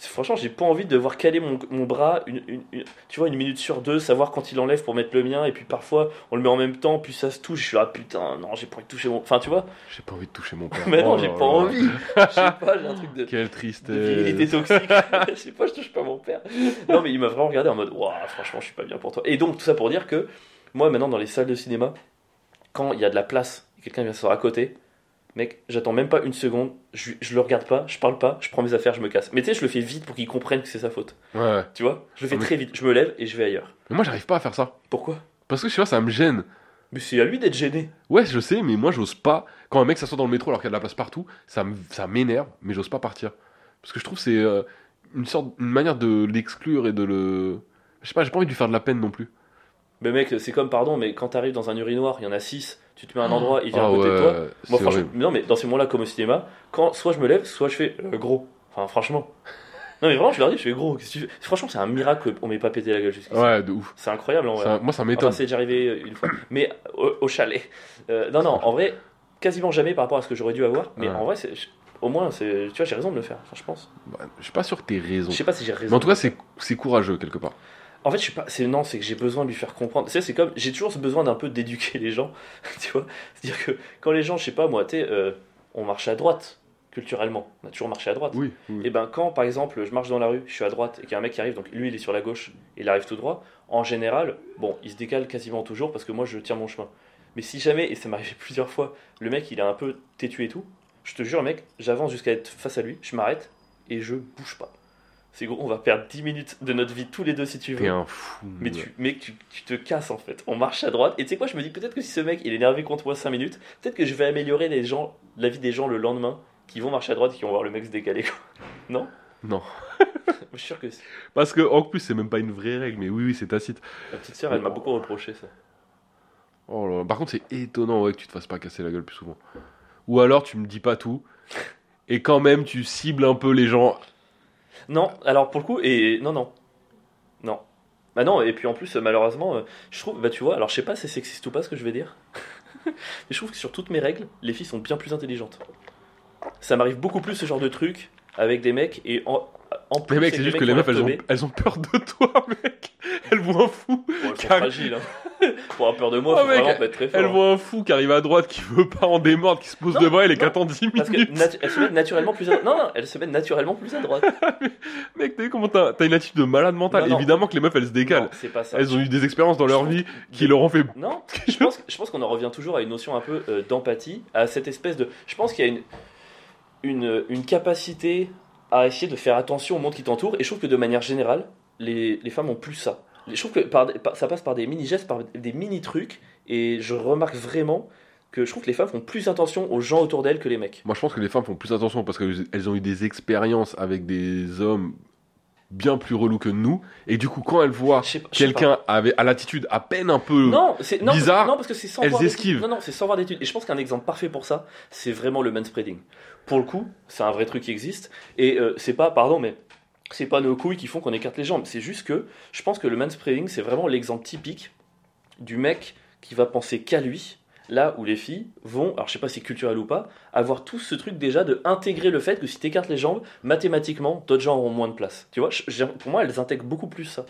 A: C'est- Franchement, j'ai pas envie de devoir caler mon, mon bras, une, une- une- tu vois, une minute sur deux, savoir quand il enlève pour mettre le mien, et puis parfois on le met en même temps, puis ça se touche, je suis là, putain, non, j'ai pas envie de toucher mon. Enfin, tu vois,
B: J'ai pas envie de toucher mon père.
A: mais
B: Oh
A: non, j'ai
B: là
A: pas
B: là.
A: envie, je sais pas, j'ai un truc de,
B: Quelle
A: de
B: tristesse.
A: virilité toxique, je sais pas, je touche pas mon père. Non, mais il m'a vraiment regardé en mode, waouh, franchement, je suis pas bien pour toi. Et donc, tout ça pour dire que moi, maintenant, dans les salles de cinéma, quand il y a de la place, quelqu'un vient s'asseoir à côté, mec, j'attends même pas une seconde, je, je le regarde pas, je parle pas, je prends mes affaires, je me casse. Mais tu sais, je le fais vite pour qu'il comprenne que c'est sa faute.
B: Ouais, ouais.
A: Tu vois Je le fais
B: Ah, mais-
A: très vite, je me lève et je vais ailleurs.
B: Mais moi, j'arrive pas à faire ça.
A: Pourquoi
B: Parce que je sais pas, ça me gêne.
A: Mais c'est à lui d'être gêné.
B: Ouais, je sais, mais moi, j'ose pas. Quand un mec s'assoit dans le métro alors qu'il y a de la place partout, ça me- ça m'énerve, mais j'ose pas partir. Parce que je trouve que c'est euh, une sorte, une manière de l'exclure et de le. Je sais pas, j'ai pas envie de lui faire de la peine non plus.
A: Mais mec, c'est comme, pardon, mais quand t'arrives dans un urinoir, il y en a 6, tu te mets à un endroit, il vient
B: Ah
A: à côté de toi,
B: ouais,
A: Moi,
B: c'est
A: franchement,
B: horrible.
A: non, mais dans ces moments-là, comme au cinéma, quand soit je me lève, soit je fais euh, gros. Enfin, franchement. Non, mais vraiment, je leur dis, je fais gros. qu'est-ce que tu fais Franchement, c'est un miracle qu'on m'ait pas pété la gueule jusqu'ici.
B: Ouais, de ouf.
A: C'est incroyable en vrai.
B: Ça- moi, ça
A: Enfin,
B: m'étonne.
A: c'est déjà arrivé euh, une fois, mais au, au chalet. Euh, non, non, en vrai, quasiment jamais par rapport à ce que j'aurais dû avoir, mais
B: Ouais.
A: en vrai, c'est- je- au moins, c'est- tu vois, j'ai raison de le faire, enfin, je pense.
B: Bah, je suis pas sûr que t'aies raison.
A: Je sais pas si j'ai raison.
B: Mais en tout cas, c'est c'est courageux quelque part.
A: En fait, je suis pas. C'est non, c'est que j'ai besoin de lui faire comprendre. Tu sais, c'est comme j'ai toujours ce besoin d'un peu d'éduquer les gens. tu vois, c'est-à-dire que quand les gens, je sais pas moi, tu sais, euh, on marche à droite. culturellement. On a toujours marché à droite.
B: Oui, oui.
A: Et ben quand par exemple je marche dans la rue, je suis à droite et qu'il y a un mec qui arrive, donc lui il est sur la gauche, et il arrive tout droit, en général, bon, il se décale quasiment toujours parce que moi je tiens mon chemin. Mais si jamais, et ça m'est arrivé plusieurs fois, le mec il est un peu têtu et tout, je te jure mec, j'avance jusqu'à être face à lui, je m'arrête et je bouge pas. C'est gros, on va perdre 10 minutes de notre vie tous les deux si tu veux.
B: T'es un fou.
A: Mais tu, mec, tu, tu te casses en fait. On marche à droite. Et tu sais quoi, je me dis peut-être que si ce mec il est énervé contre moi 5 minutes, peut-être que je vais améliorer les gens, la vie des gens le lendemain qui vont marcher à droite et qui vont voir le mec se décaler. quoi. non
B: Non.
A: Je suis sûr que si.
B: Parce que, en plus, c'est même pas une vraie règle, mais oui, oui, c'est tacite.
A: Ma petite sœur, elle m'a beaucoup reproché ça.
B: Oh là là. Par contre, c'est étonnant ouais, que tu te fasses pas casser la gueule plus souvent. Ou alors, tu me dis pas tout, et quand même, tu cibles un peu les gens.
A: Non, alors pour le coup, et non, non. Non. Bah non, et puis en plus, malheureusement, euh, je trouve, bah tu vois, alors je sais pas si c'est sexiste ou pas ce que je vais dire, mais je trouve que sur toutes mes règles, les filles sont bien plus intelligentes. Ça m'arrive beaucoup plus ce genre de truc avec des mecs, et en, en E plus.
B: Mais
A: avec
B: mec, c'est
A: des
B: juste que les
A: qui ont
B: meufs,
A: l'air
B: elles ont,
A: teubés.
B: elles ont peur de toi, mec. Elles voient un fou.
A: Bon, elles sont
B: Car-
A: fragiles, hein. Pour avoir peur de moi,
B: Oh,
A: faut
B: mec,
A: vraiment pas être très fort.
B: Elles
A: hein.
B: voient un fou qui arrive à droite, qui veut pas en démordre, qui se pose
A: Non,
B: devant elle et qui
A: non,
B: attend 10
A: Parce
B: minutes.
A: que natu- elles se mettent naturellement plus à droite. Non, non, elles se mettent naturellement plus à droite.
B: Mec, t'as vu comment t'as t'as une attitude de malade mentale
A: Non, non.
B: Évidemment que les meufs, elles se décalent.
A: Non, C'est pas ça.
B: Elles ont eu des expériences dans leur
A: Je
B: vie qui leur ont fait.
A: Non, je pense, je pense qu'on en revient toujours à une notion un peu euh, d'empathie, à cette espèce de. Je pense qu'il y a une, une, une capacité à essayer de faire attention au monde qui t'entoure, et je trouve que de manière générale, les, les femmes ont plus ça. Je trouve que par, par- ça passe par des mini-gestes, par des mini-trucs, et je remarque vraiment que je trouve que les femmes font plus attention aux gens autour d'elles que les mecs.
B: Moi, je pense que les femmes font plus attention parce qu'elles ont eu des expériences avec des hommes bien plus relous que nous. Et du coup, quand elles voient
A: Je sais pas- je sais pas.
B: quelqu'un avec- à l'attitude à peine un peu.
A: Non, c'est non,
B: bizarre,
A: parce- non, parce que c'est sans
B: elles
A: voir d'études.
B: esquivent.
A: Non, non, c'est sans voir d'études. Et je pense qu'un exemple parfait pour ça, c'est vraiment le manspreading. Pour le coup, c'est un vrai truc qui existe. Et euh, c'est pas, pardon, mais c'est pas nos couilles qui font qu'on écarte les jambes. C'est juste que je pense que le manspreading, c'est vraiment l'exemple typique du mec qui va penser qu'à lui. Là où les filles vont, alors je sais pas si c'est culturel ou pas, avoir tout ce truc déjà de intégrer le fait que si t'écartes les jambes, mathématiquement, d'autres gens auront moins de place. Tu vois, je- j'ai- pour moi, elles intègrent beaucoup plus ça.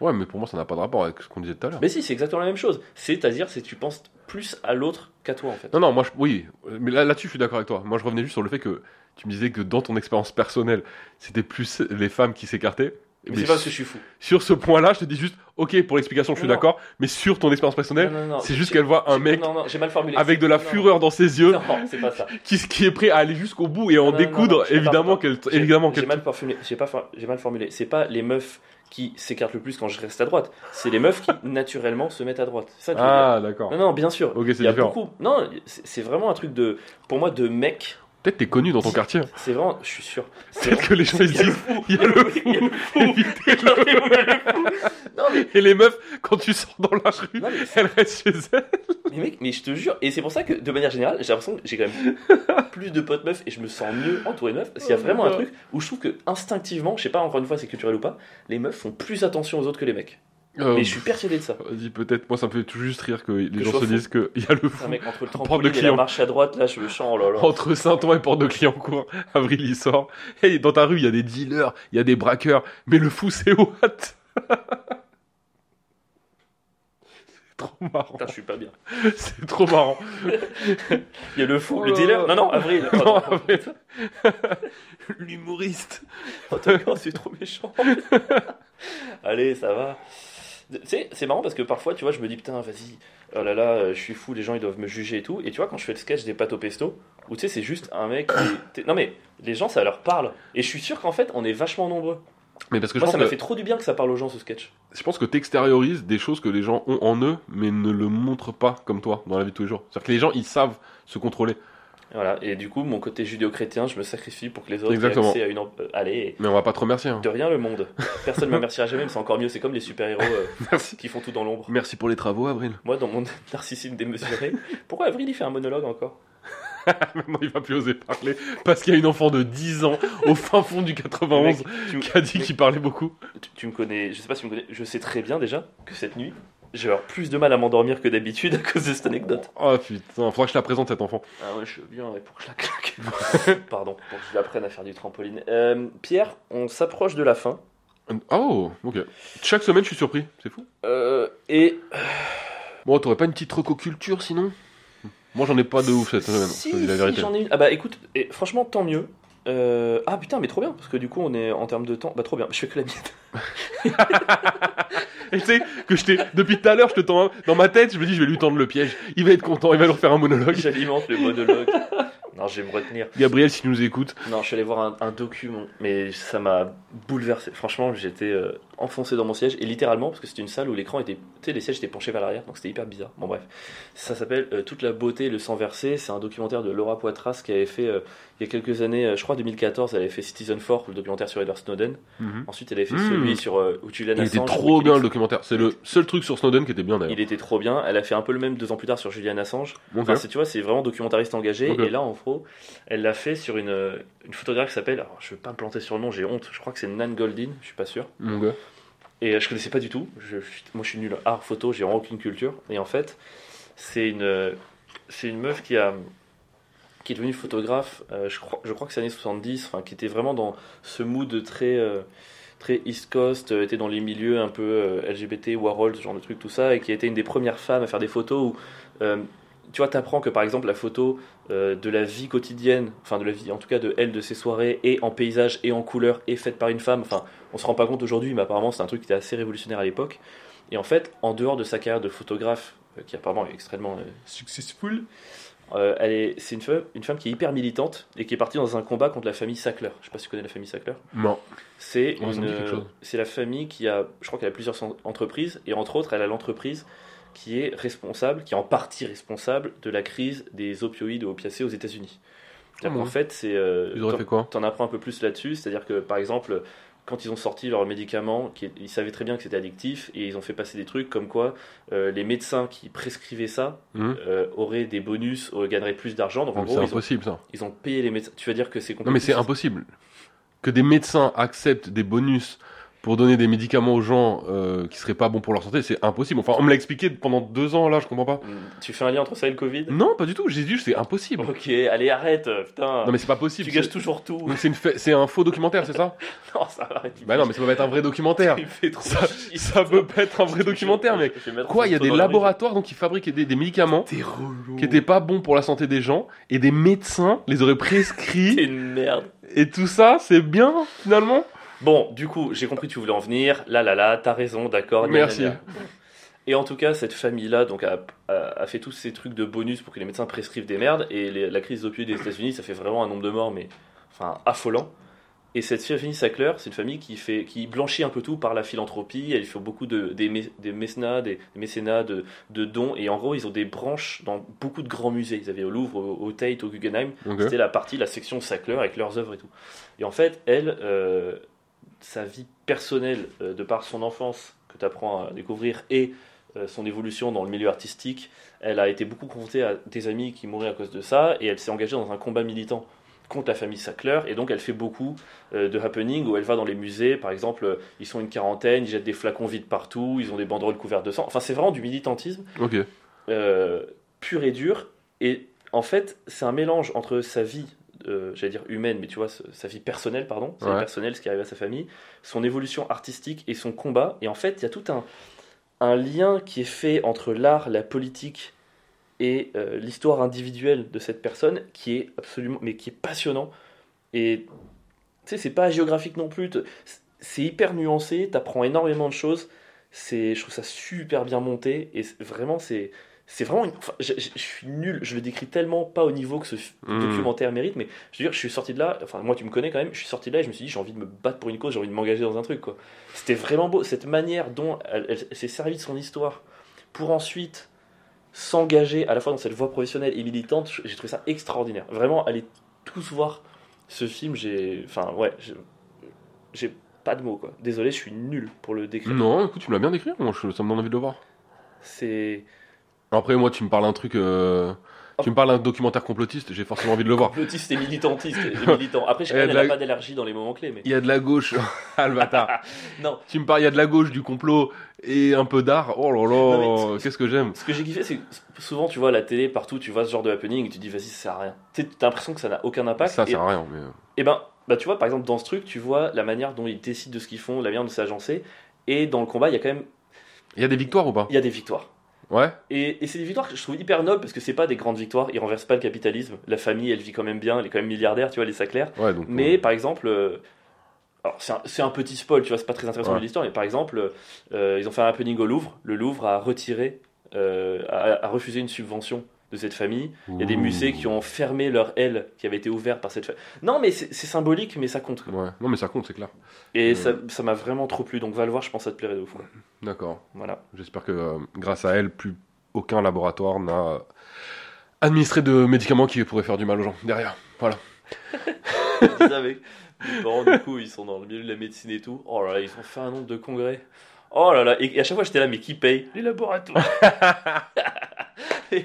B: Ouais, mais pour moi, ça n'a pas de rapport avec ce qu'on disait tout à l'heure.
A: Mais si, c'est exactement la même chose. C'est-à-dire, c'est que tu penses plus à l'autre qu'à toi, en fait.
B: Non, non, moi, je- oui, mais là, là-dessus, je suis d'accord avec toi. Moi, je revenais juste sur le fait que tu me disais que dans ton expérience personnelle, c'était plus les femmes qui s'écartaient.
A: Mais, c'est pas parce que je suis fou.
B: Sur ce point-là, je te dis juste, ok, pour l'explication, je suis
A: Non.
B: d'accord, mais sur ton expérience personnelle,
A: non, non.
B: c'est juste
A: J'ai-
B: qu'elle voit un
A: j'ai-
B: mec
A: Non, non, j'ai mal formulé.
B: avec de la
A: Non,
B: fureur dans ses yeux,
A: Non, c'est pas ça.
B: qui, qui est prêt à aller jusqu'au bout et
A: Non,
B: en
A: non, non, non,
B: découdre,
A: je suis
B: évidemment
A: d'accord.
B: qu'elle,
A: J'ai-
B: évidemment
A: J'ai
B: qu'elle.
A: mal formulé. J'ai pas, for- j'ai mal formulé. C'est pas les meufs qui s'écartent le plus quand je reste à droite. C'est les meufs qui naturellement se mettent à droite. C'est ça que je veux dire.
B: Ah, d'accord.
A: Non, non, bien sûr.
B: Ok,
A: Il
B: c'est
A: y a
B: différent.
A: beaucoup. Non, c'est c'est vraiment un truc de. Pour moi, de mec.
B: Peut-être t'es connu dans ton quartier.
A: C'est vraiment. Je suis sûr. C'est
B: Peut-être que les gens
A: Il
B: ils
A: y
B: se
A: a le
B: disent,
A: fou.
B: il y a le
A: Il y a le fou.
B: évitez-le.
A: Non, mais
B: Et les meufs, quand tu sors dans la rue,
A: non, mais
B: elles restent chez elles.
A: Mais mec, mais je te jure, et c'est pour ça que de manière générale, j'ai l'impression que j'ai quand même plus de potes meufs et je me sens mieux entouré de meufs. Parce qu'il y a
B: Oh
A: vraiment un truc où je trouve que instinctivement, je sais pas encore une fois c'est culturel ou pas, les meufs font plus attention aux autres que les mecs.
B: Euh,
A: Mais je suis persuadé de ça.
B: Vas-y, peut-être. Moi, ça me fait tout juste rire que les
A: Que je
B: gens
A: sois
B: se
A: fou. Ah,
B: disent qu'il y a le fou.
A: Putain, mec, entre le
B: Prendre
A: trampoline
B: le
A: et
B: client.
A: la marche à droite, là, je me sens, oh là là.
B: Entre Saint-Ouen et Porte de Clignancourt, Avril-Issoire. Et dans ta rue, il y a des dealers, il y a des braqueurs. Mais le fou, c'est what C'est trop marrant.
A: Putain, je suis pas bien.
B: C'est trop marrant.
A: Il y a le fou,
B: Oh
A: le
B: là
A: dealer.
B: là.
A: Non, non, Avril. Oh,
B: Non,
A: attends.
B: Avril. L'humoriste.
A: Oh, d'accord, c'est trop méchant. Allez, ça va. Tu sais, c'est marrant parce que parfois, tu vois, je me dis putain, vas-y, oh là là, euh, je suis fou, les gens ils doivent me juger et tout. Et tu vois, quand je fais le sketch des pâtes au pesto, où tu sais, c'est juste un mec. qui- t'es- Non mais, les gens ça leur parle. Et je suis sûr qu'en fait, on est vachement nombreux.
B: Mais parce que je
A: Moi, ça
B: pense
A: m'a
B: que,
A: fait trop du bien que ça parle aux gens ce sketch.
B: je pense que t'extériorises des choses que les gens ont en eux, mais ne le montrent pas comme toi dans la vie de tous les jours. C'est-à-dire que les gens, ils savent se contrôler.
A: Voilà, et du coup, mon côté judéo-chrétien, je me sacrifie pour que les autres aient
B: Exactement.
A: accès à une. em- euh, Allez,
B: Mais on va pas te remercier. hein.
A: de rien le monde. Personne ne me remerciera jamais, mais c'est encore mieux, c'est comme les super-héros euh,
B: Merci.
A: qui font tout dans l'ombre.
B: Merci pour les travaux, Avril.
A: Moi, dans mon narcissisme démesuré, pourquoi Avril il fait un monologue encore
B: Maintenant, il va plus oser parler parce qu'il y a une enfant de 10 ans au fin fond du 91
A: tu,
B: qui a dit qu'il parlait beaucoup.
A: Tu, tu me connais, je sais pas si tu me connais, je sais très bien déjà que cette nuit, j'ai eu plus de mal à m'endormir que d'habitude à cause de cette anecdote.
B: Oh putain, faudra que je la présente cet enfant.
A: Ah ouais, je viens pour que je la claque. Pardon, pour que je l'apprenne à faire du trampoline. Euh, Pierre, on s'approche de la fin.
B: Oh, ok. Chaque semaine, je suis surpris. C'est fou.
A: Euh, et
B: Bon, t'aurais pas une petite recoculture sinon Moi, j'en ai pas de ouf cette semaine.
A: Si,
B: je te dis la
A: si,
B: vérité.
A: j'en ai une. Ah bah écoute, et franchement, tant mieux. Euh, ah putain, mais trop bien, parce que du coup, on est en termes de temps. Bah trop bien, je fais que la mienne.
B: Et tu sais que je t'ai depuis tout à l'heure, je te tends un- dans ma tête, je me dis je vais lui tendre le piège. Il va être content, il va leur faire un monologue.
A: J'alimente le monologue. non, je vais me retenir.
B: Gabriel, si tu nous écoutes,
A: Non, je suis allé voir un, un document, mais ça m'a bouleversé. Franchement, j'étais euh, enfoncé dans mon siège, et littéralement, parce que c'était une salle où l'écran était. Tu sais, les sièges étaient penchés vers l'arrière, donc c'était hyper bizarre. Bon, bref. Ça s'appelle euh, Toute la beauté et le sang versé. C'est un documentaire de Laura Poitras qui avait fait, euh, il y a quelques années, euh, je crois 2014, elle avait fait Citizen 4, le documentaire sur Edward Snowden. Ensuite, elle avait fait
B: Mm.
A: celui sur euh, où Julian
B: il
A: Assange.
B: était trop bien le
A: Wikileaks.
B: documentaire. C'est le seul truc sur Snowden qui était bien d'ailleurs.
A: Il était trop bien. Elle a fait un peu le même deux ans plus tard sur Julian Assange.
B: Bon,
A: Enfin,
B: ok.
A: c'est- tu vois, c'est vraiment documentariste engagé.
B: Ok.
A: Et là, en gros, elle l'a fait sur une, euh, une photographe qui s'appelle. Alors, je vais pas me planter sur le nom, j'ai honte. Je crois que c'est Nan Goldin, je suis pas sûr.
B: Mon gars.
A: Et euh, je connaissais pas du tout. Je, je suis- moi, je suis nul en art photo, j'ai vraiment aucune culture. Et en fait, c'est une, euh, c'est une meuf qui a qui est devenue photographe. euh, je crois, je crois que c'est années 70. Enfin, qui était vraiment dans ce mood très euh, très East Coast, euh, était dans les milieux un peu euh, LGBT, Warhol, ce genre de truc, tout ça, et qui a été une des premières femmes à faire des photos où euh, tu vois, t'apprends que par exemple la photo euh, de la vie quotidienne, enfin de la vie, en tout cas de elle, de ses soirées, et en paysage, et en couleur, et faite par une femme, enfin on se rend pas compte aujourd'hui, mais apparemment c'est un truc qui était assez révolutionnaire à l'époque. Et en fait, en dehors de sa carrière de photographe, euh, qui apparemment est extrêmement euh, successful, euh, elle est- c'est une femme, une femme qui est hyper militante et qui est partie dans un combat contre la famille Sackler. Je sais pas si tu connais la famille Sackler.
B: Non.
A: C'est
B: Ouais, ça me dit quelque
A: une, euh,
B: chose.
A: c'est la famille qui a, je crois qu'elle a plusieurs cent- entreprises et entre autres, elle a l'entreprise qui est responsable, qui est en partie responsable de la crise des opioïdes ou opiacés aux États-Unis.
B: Ah
A: C'est-à-dire
B: bon.
A: qu'en fait, c'est euh,
B: Ils auraient fait quoi
A: t'en apprends un peu plus là-dessus. C'est-à-dire que, par exemple, quand ils ont sorti leur médicament, qui- ils savaient très bien que c'était addictif, et ils ont fait passer des trucs comme quoi euh, les médecins qui prescrivaient ça
B: Mhm.
A: euh, auraient des bonus, euh, gagneraient plus d'argent. Donc, en
B: Non, mais C'est
A: gros, ils ont,
B: impossible ça.
A: ils ont payé les médecins. Tu vas dire que c'est
B: Non mais c'est
A: complètement-
B: impossible. Que des médecins acceptent des bonus pour donner des médicaments aux gens euh, qui seraient pas bons pour leur santé, c'est impossible. Enfin, on me l'a expliqué pendant deux ans là, je comprends pas.
A: Hmm, Tu fais un lien entre ça et le Covid
B: Non, pas du tout. J'ai dit c'est impossible.
A: Ok, allez, arrête, euh, putain.
B: Non mais c'est pas possible.
A: Ah. tu gâches
B: C'est-
A: toujours tout.
B: Donc c'est une fa- c'est un faux documentaire, c'est ça
A: non, ça va. arrête.
B: Bah non, mais ça peut être un vrai documentaire.
A: Tu me fais trop
B: Ça-
A: chier.
B: Ça peut pas être un vrai documentaire, mec.
A: Je vais mettre
B: Quoi,
A: ça
B: il y a
A: dans
B: des
A: la
B: laboratoires donc qui fabriquent des, des médicaments
A: rue. T'es relou.
B: qui étaient pas bons pour la santé des gens et des médecins les auraient
A: T'es
B: prescrits
A: une merde.
B: et tout ça, c'est bien finalement
A: Bon, du coup, j'ai compris que tu voulais en venir. Là, là, là, t'as raison, d'accord. gna, gna,
B: Merci.
A: gna. Et en tout cas, cette famille-là donc a, a- a fait tous ces trucs de bonus pour que les médecins prescrivent des merdes. Et les- la crise des opioïdes des États-Unis, ça fait vraiment un nombre de morts, mais enfin affolant. Et cette famille Sackler, c'est une famille qui fait, qui blanchit un peu tout par la philanthropie. Elle fait beaucoup de des, mé- des mécénats, des, des mécénats de, de dons. Et en gros, ils ont des branches dans beaucoup de grands musées. Ils avaient au Louvre, au, au Tate, au Guggenheim.
B: Ok.
A: C'était la partie, la section Sackler avec leurs œuvres et tout. Et en fait, elle, euh, sa vie personnelle, euh, de par son enfance que tu apprends à découvrir et euh, son évolution dans le milieu artistique, elle a été beaucoup confrontée à des amis qui mouraient à cause de ça et elle s'est engagée dans un combat militant contre la famille Sackler et donc elle fait beaucoup euh, de happening où elle va dans les musées par exemple euh, ils sont une quarantaine ils jettent des flacons vides partout ils ont des banderoles couvertes de sang enfin c'est vraiment du militantisme
B: Ok.
A: euh, pur et dur. Et en fait, c'est un mélange entre sa vie, euh, j'allais dire humaine, mais tu vois, ce- sa vie personnelle, pardon, sa vie
B: Ouais.
A: personnelle, ce qui arrive à sa famille, son évolution artistique et son combat. Et en fait, il y a tout un, un lien qui est fait entre l'art, la politique et euh, l'histoire individuelle de cette personne qui est absolument, mais qui est passionnant. Et tu sais, c'est pas géographique non plus. te- C'est hyper nuancé, t'apprends énormément de choses. C'est, je trouve ça super bien monté et c'est- vraiment c'est c'est vraiment une- enfin, je, je- je suis nul je le décris tellement pas au niveau que ce f-
B: Hmm.
A: documentaire mérite mais je veux dire je suis sorti de là enfin moi tu me connais quand même je suis sorti de là et je me suis dit j'ai envie de me battre pour une cause j'ai envie de m'engager dans un truc quoi c'était vraiment beau cette manière dont elle, elle s'est servie de son histoire pour ensuite s'engager à la fois dans cette voie professionnelle et militante je- j'ai trouvé ça extraordinaire vraiment allez tous voir ce film j'ai enfin ouais je- j'ai pas de mots quoi désolé je suis nul pour le décrire
B: Non, écoute, tu me l'as bien décrit, moi je- ça me donne envie de le voir.
A: c'est
B: Après, moi, tu me parles un truc. euh,
A: Oh.
B: Tu me parles d'un documentaire complotiste, j'ai forcément envie de le voir.
A: Complotiste et militantiste. et militant. Après,
B: Eh,
A: chacun
B: de
A: n'a
B: la-
A: pas d'énergie dans les moments clés. Mais...
B: Il y a de la gauche, ah le bâtard.
A: Non,
B: tu me parles, il y a de la gauche, du complot et un peu d'art. Oh là
A: Non,
B: là, qu'est-ce que j'aime.
A: ce que j'ai kiffé, c'est que souvent, tu vois, à la télé, partout, tu vois ce genre de happening et tu te dis, vas-y, ça sert à rien. Tu sais, t'as l'impression que ça n'a aucun impact.
B: Ça,
A: et,
B: sert à rien, mais. euh,
A: et ben, bah, tu vois, par exemple, dans ce truc, tu vois la manière dont ils décident de ce qu'ils font, la manière dont c'est agencé. Et dans le combat, il y a quand même
B: Il y a des victoires ou pas
A: il y a des victoires.
B: Ouais.
A: Et, et c'est des victoires que je trouve hyper nobles parce que c'est pas des grandes victoires, ils renversent pas le capitalisme. La famille, elle vit quand même bien, elle est quand même milliardaire, tu vois, les Saclair.
B: Ouais, donc.
A: Mais par exemple, euh, alors c'est un, c'est un petit spoil, tu vois, c'est pas très intéressant
B: Ouais.
A: de l'histoire, mais par exemple, euh, ils ont fait un happening au Louvre. Le Louvre a retiré, euh, a, a refusé une subvention de cette famille.
B: euh,
A: Il y a des musées qui ont fermé leur aile qui avait été ouverte par cette famille. Non, mais c'est c'est symbolique, mais ça compte. quoi.
B: Ouais. Non, mais ça compte, c'est clair.
A: Et
B: Ouais.
A: ça ça m'a vraiment trop plu, donc va le voir, je pense que ça te plairait de ouf. quoi.
B: D'accord.
A: Voilà.
B: J'espère que euh, grâce à elle, plus aucun laboratoire n'a euh, administré de médicaments qui pourraient faire du mal aux gens derrière. Voilà.
A: C'est ça, mec. Mes parents, du coup, ils sont dans le milieu de la médecine et tout. Oh là là, ils ont fait un nombre de congrès. Oh là là, et et à chaque fois j'étais là, mais qui paye Les laboratoires.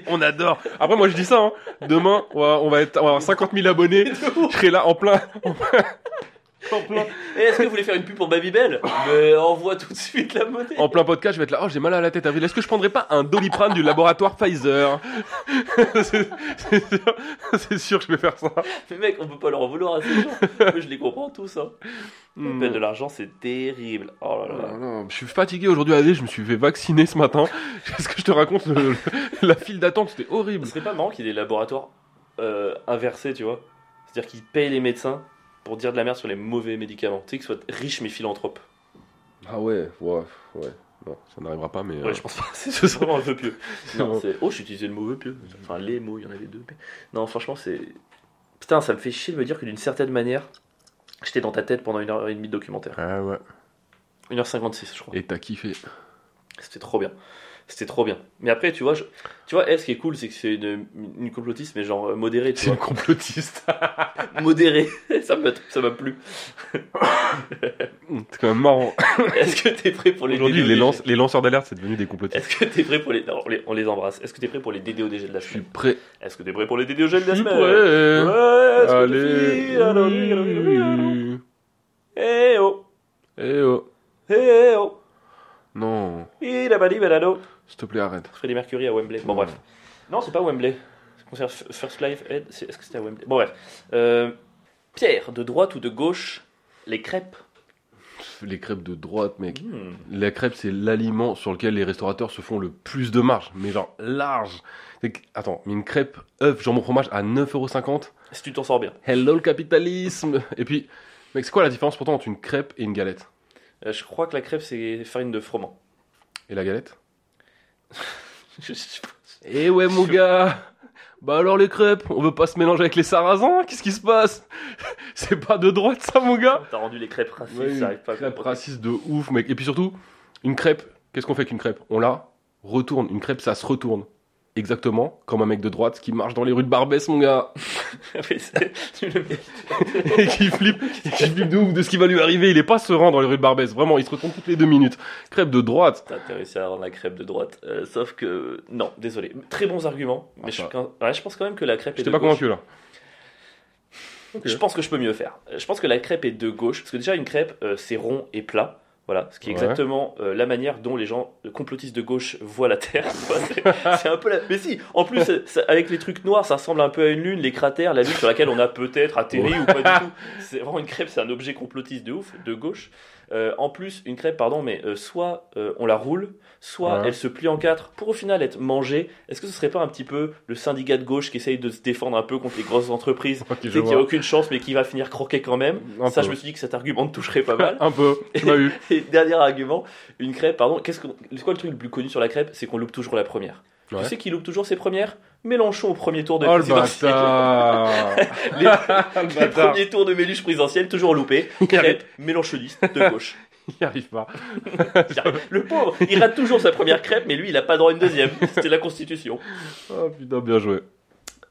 B: On adore. Après, moi, je dis ça. hein. Demain, on va, on va être, on va avoir 50 000 abonnés. Je serai là en plein. En plein,
A: Et Eh, est-ce que vous voulez faire une pub pour Babybel Mais envoie tout de suite la monnaie.
B: en plein podcast, je vais être là. Oh, j'ai mal à la tête, Avril. Est-ce que je prendrais pas un doliprane du laboratoire Pfizer C'est c'est sûr, c'est sûr que je vais faire ça.
A: Mais mec, on peut pas leur en vouloir à ces gens. Moi, je les comprends tous. Hein. La
B: Hmm.
A: peine de l'argent, c'est terrible. Oh là
B: Oh là
A: là.
B: là, Je suis fatigué aujourd'hui, allez, je me suis fait vacciner ce matin. Qu'est-ce que je te raconte le- le- La file d'attente, c'était horrible.
A: Ce serait pas marrant qu'il y ait des laboratoires euh, inversés, tu vois C'est-à-dire qu'ils payent les médecins pour dire de la merde sur les mauvais médicaments. Tu sais, qu'ils soient riches mais philanthropes.
B: Ah ouais, ouais, ouais. Non, ça n'arrivera pas, mais. euh,
A: Ouais, je pense pas. C'est vraiment un peu pieux. Non,
B: bon.
A: c'est- Oh, j'ai utilisé le mot pieux. Enfin, les mots, il y en avait deux. mais- Non, franchement, c'est. Putain, ça me fait chier de me dire que d'une certaine manière, j'étais dans ta tête pendant une heure et demie de documentaire.
B: Ah ouais.
A: 1h56, je crois.
B: Et t'as kiffé.
A: C'était trop bien. C'était trop bien. Mais après, tu vois, je- tu vois, elle, ce qui est cool, c'est que c'est une, une complotiste, mais genre euh, modérée, tu
B: C'est une
A: vois.
B: complotiste.
A: modérée. ça m'a ça m'a plu.
B: C'est quand même marrant.
A: Est-ce que t'es prêt pour les
B: Aujourd'hui,
A: DDoDG?
B: les, lance- les lanceurs d'alerte, c'est devenu des complotistes.
A: Est-ce que t'es prêt pour les. Non, on les, on les embrasse. Est-ce que t'es prêt pour les DDoDG de la
B: Je suis
A: semaine
B: prêt.
A: Est-ce que t'es prêt pour les DDoDG
B: Je
A: de la
B: suis
A: semaine
B: prêt.
A: Ouais, est-ce que t'es
B: Allez.
A: prêt Alors, oui, alors, oui, alors, oui, alors. Eh oh
B: Eh oh.
A: Eh oh
B: Non.
A: Il a pas dit balado
B: S'il te plaît, arrête.
A: Freddie Mercury à Wembley. Bon, bref. Non, c'est pas Wembley. C'est concert F- First Life Aid. c'est- Est-ce que c'était à Wembley Bon, bref. Euh, Pierre, de droite ou de gauche Les crêpes
B: Pff, Les crêpes de droite, mec.
A: Hmm.
B: La crêpe, c'est l'aliment sur lequel les restaurateurs se font le plus de marge, mais genre large. C'est que- Attends, mais une crêpe œuf jambon fromage à 9,50€
A: Si tu t'en sors bien.
B: Hello le capitalisme Et puis, mec, c'est quoi la différence pourtant entre une crêpe et une galette
A: Euh, je crois que la crêpe, c'est farine de froment.
B: Et la galette
A: Je sais pas.
B: Eh ouais, mon gars Bah alors les crêpes, on veut pas se mélanger avec les sarrasins Qu'est-ce qui se passe C'est pas de droite ça, mon gars
A: T'as rendu les crêpes racistes,
B: Ouais,
A: j'arrive pas à
B: crêpe
A: comprendre.
B: raciste de ouf, mec. Et puis surtout, une crêpe, qu'est-ce qu'on fait avec une crêpe On la retourne. Une crêpe, ça se retourne. Exactement comme un mec de droite qui marche dans les rues de Barbès, mon gars,
A: Mais c'est- tu le mets-
B: et qui flippe, et qui flippe de ouf de ce qui va lui arriver. Il est pas serein dans les rues de Barbès, vraiment, il se retourne toutes les deux minutes. Crêpe de droite.
A: Putain, T'as réussi à rendre la crêpe de droite. Euh, sauf que. Non, désolé. Très bons arguments. Mais
B: Ah,
A: je,
B: ça.
A: quand- ouais, je pense quand même que la crêpe est
B: Je
A: de
B: t'ai pas
A: gauche.
B: convaincu là. Ok.
A: Je pense que je peux mieux faire. Euh, Je pense que la crêpe est de gauche, parce que déjà une crêpe, euh, c'est rond et plat. Voilà, ce qui est
B: Ouais.
A: exactement euh, la manière dont les gens euh, complotistes de gauche voient la Terre. Enfin, c'est- c'est un peu la... Mais si, en plus, ça- ça- avec les trucs noirs, ça ressemble un peu à une lune, les cratères, la lune sur laquelle on a peut-être atterri ou pas du tout. C'est vraiment une crêpe, c'est un objet complotiste de ouf, de gauche. Euh, en plus, une crêpe, pardon, mais euh, soit euh, on la roule, soit
B: Ouais.
A: elle se plie en quatre pour au final être mangée. Est-ce que ce serait pas un petit peu le syndicat de gauche qui essaye de se défendre un peu contre les grosses entreprises
B: Ok, je
A: tu sais qu'il n'y a
B: vois.
A: aucune chance, mais qui va finir croquer quand même.
B: Un
A: ça,
B: peu.
A: je me suis dit que cet argument ne toucherait pas mal.
B: Un peu, tu m'as eu.
A: Et dernier argument, une crêpe, pardon. Qu'est-ce qu'on- c'est quoi le truc le plus connu sur la crêpe C'est qu'on loupe toujours la première.
B: Ouais.
A: Tu sais qui loupe toujours ses premières Mélenchon au premier tour de
B: Oh le
A: présidentielle.
B: bâtard
A: Les-
B: Le
A: Le
B: bâtard.
A: premier tour de Méluche présidentielle, toujours loupé.
B: Il arrive-
A: Crêpe, mélenchoniste de gauche.
B: il n'y arrive pas.
A: Il arrive. Le pauvre, il rate toujours sa première crêpe, mais lui, il n'a pas droit à une deuxième. C'était la constitution.
B: Oh putain, bien joué.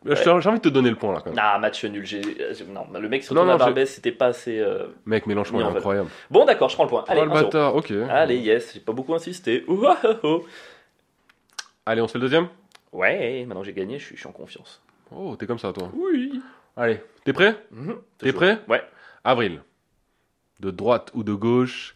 B: Je t'ai- J'ai envie de te donner le point là quand même.
A: Ah, match nul. j'ai- j'ai- Non, le mec sur
B: Non,
A: la
B: non, j'ai-
A: Barbès, c'était pas assez. euh,
B: Mec, Mélenchon
A: Mis
B: est
A: en valeur.
B: incroyable.
A: Bon, d'accord, je prends le point. Allez,
B: Oh le
A: 1-0.
B: bâtard, ok.
A: Allez, yes, j'ai pas beaucoup insisté. Ouh, ah, ah, ah.
B: Allez, on se fait le deuxième
A: Ouais, maintenant que j'ai gagné, je suis, je suis en confiance.
B: Oh, t'es comme ça, toi.
A: Oui.
B: Allez. T'es prêt T'es prêt
A: Mhm, Ouais.
B: Avril. De droite ou de gauche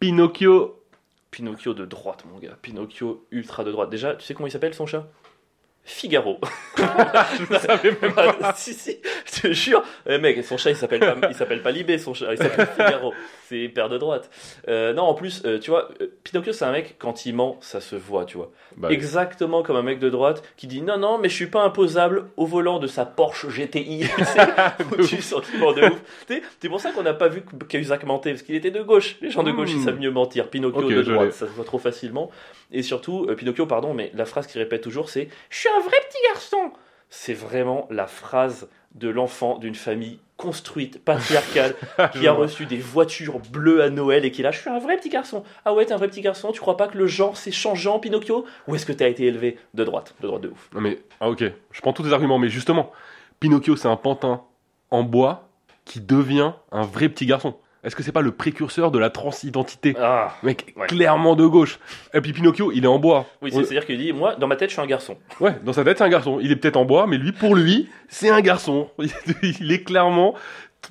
B: Pinocchio.
A: Pinocchio de droite, mon gars. Pinocchio ultra de droite. Déjà, tu sais comment il s'appelle son chat Figaro.
B: Je le savais même pas.
A: si, si, je te jure. Eh, mec, son chat, il s'appelle pas, il s'appelle pas Libé, son chat, il s'appelle Figaro. C'est hyper de droite. Euh, non, en plus, euh, tu vois, euh, Pinocchio, c'est un mec, quand il ment, ça se voit, tu vois.
B: Bah,
A: Exactement comme un mec de droite qui dit non, non, mais je suis pas imposable au volant de sa Porsche GTI. Tu sais, foutu sentiment de ouf. Tu sais, C'est pour ça qu'on n'a pas vu Cahuzac mentait, parce qu'il était de gauche. Les gens de gauche,
B: Hmm.
A: ils savent mieux mentir. Pinocchio
B: Ok,
A: de
B: je l'ai.
A: droite, ça se voit trop facilement. Et surtout, euh, Pinocchio, pardon, mais la phrase qu'il répète toujours, c'est Je suis un vrai petit garçon C'est vraiment la phrase de l'enfant d'une famille construite, patriarcale,
B: Bah, je
A: qui a
B: vois.
A: reçu des voitures bleues à Noël et qui est là, je suis un vrai petit garçon. Ah ouais, t'es un vrai petit garçon, tu crois pas que le genre c'est changeant, Pinocchio Ou est-ce que t'as été élevé de droite De droite de ouf.
B: Non mais, ah ok, je prends tous tes arguments, mais justement, Pinocchio c'est un pantin en bois qui devient un vrai petit garçon. Est-ce que c'est pas le précurseur de la transidentité
A: Ah
B: Mec,
A: Ouais.
B: clairement de gauche. Et puis Pinocchio, il est en bois.
A: Oui, c'est- c'est-à-dire qu'il dit, moi, dans ma tête, je suis un garçon.
B: Ouais, dans sa tête, c'est un garçon. Il est peut-être en bois, mais lui, pour lui, c'est un garçon. Il est clairement.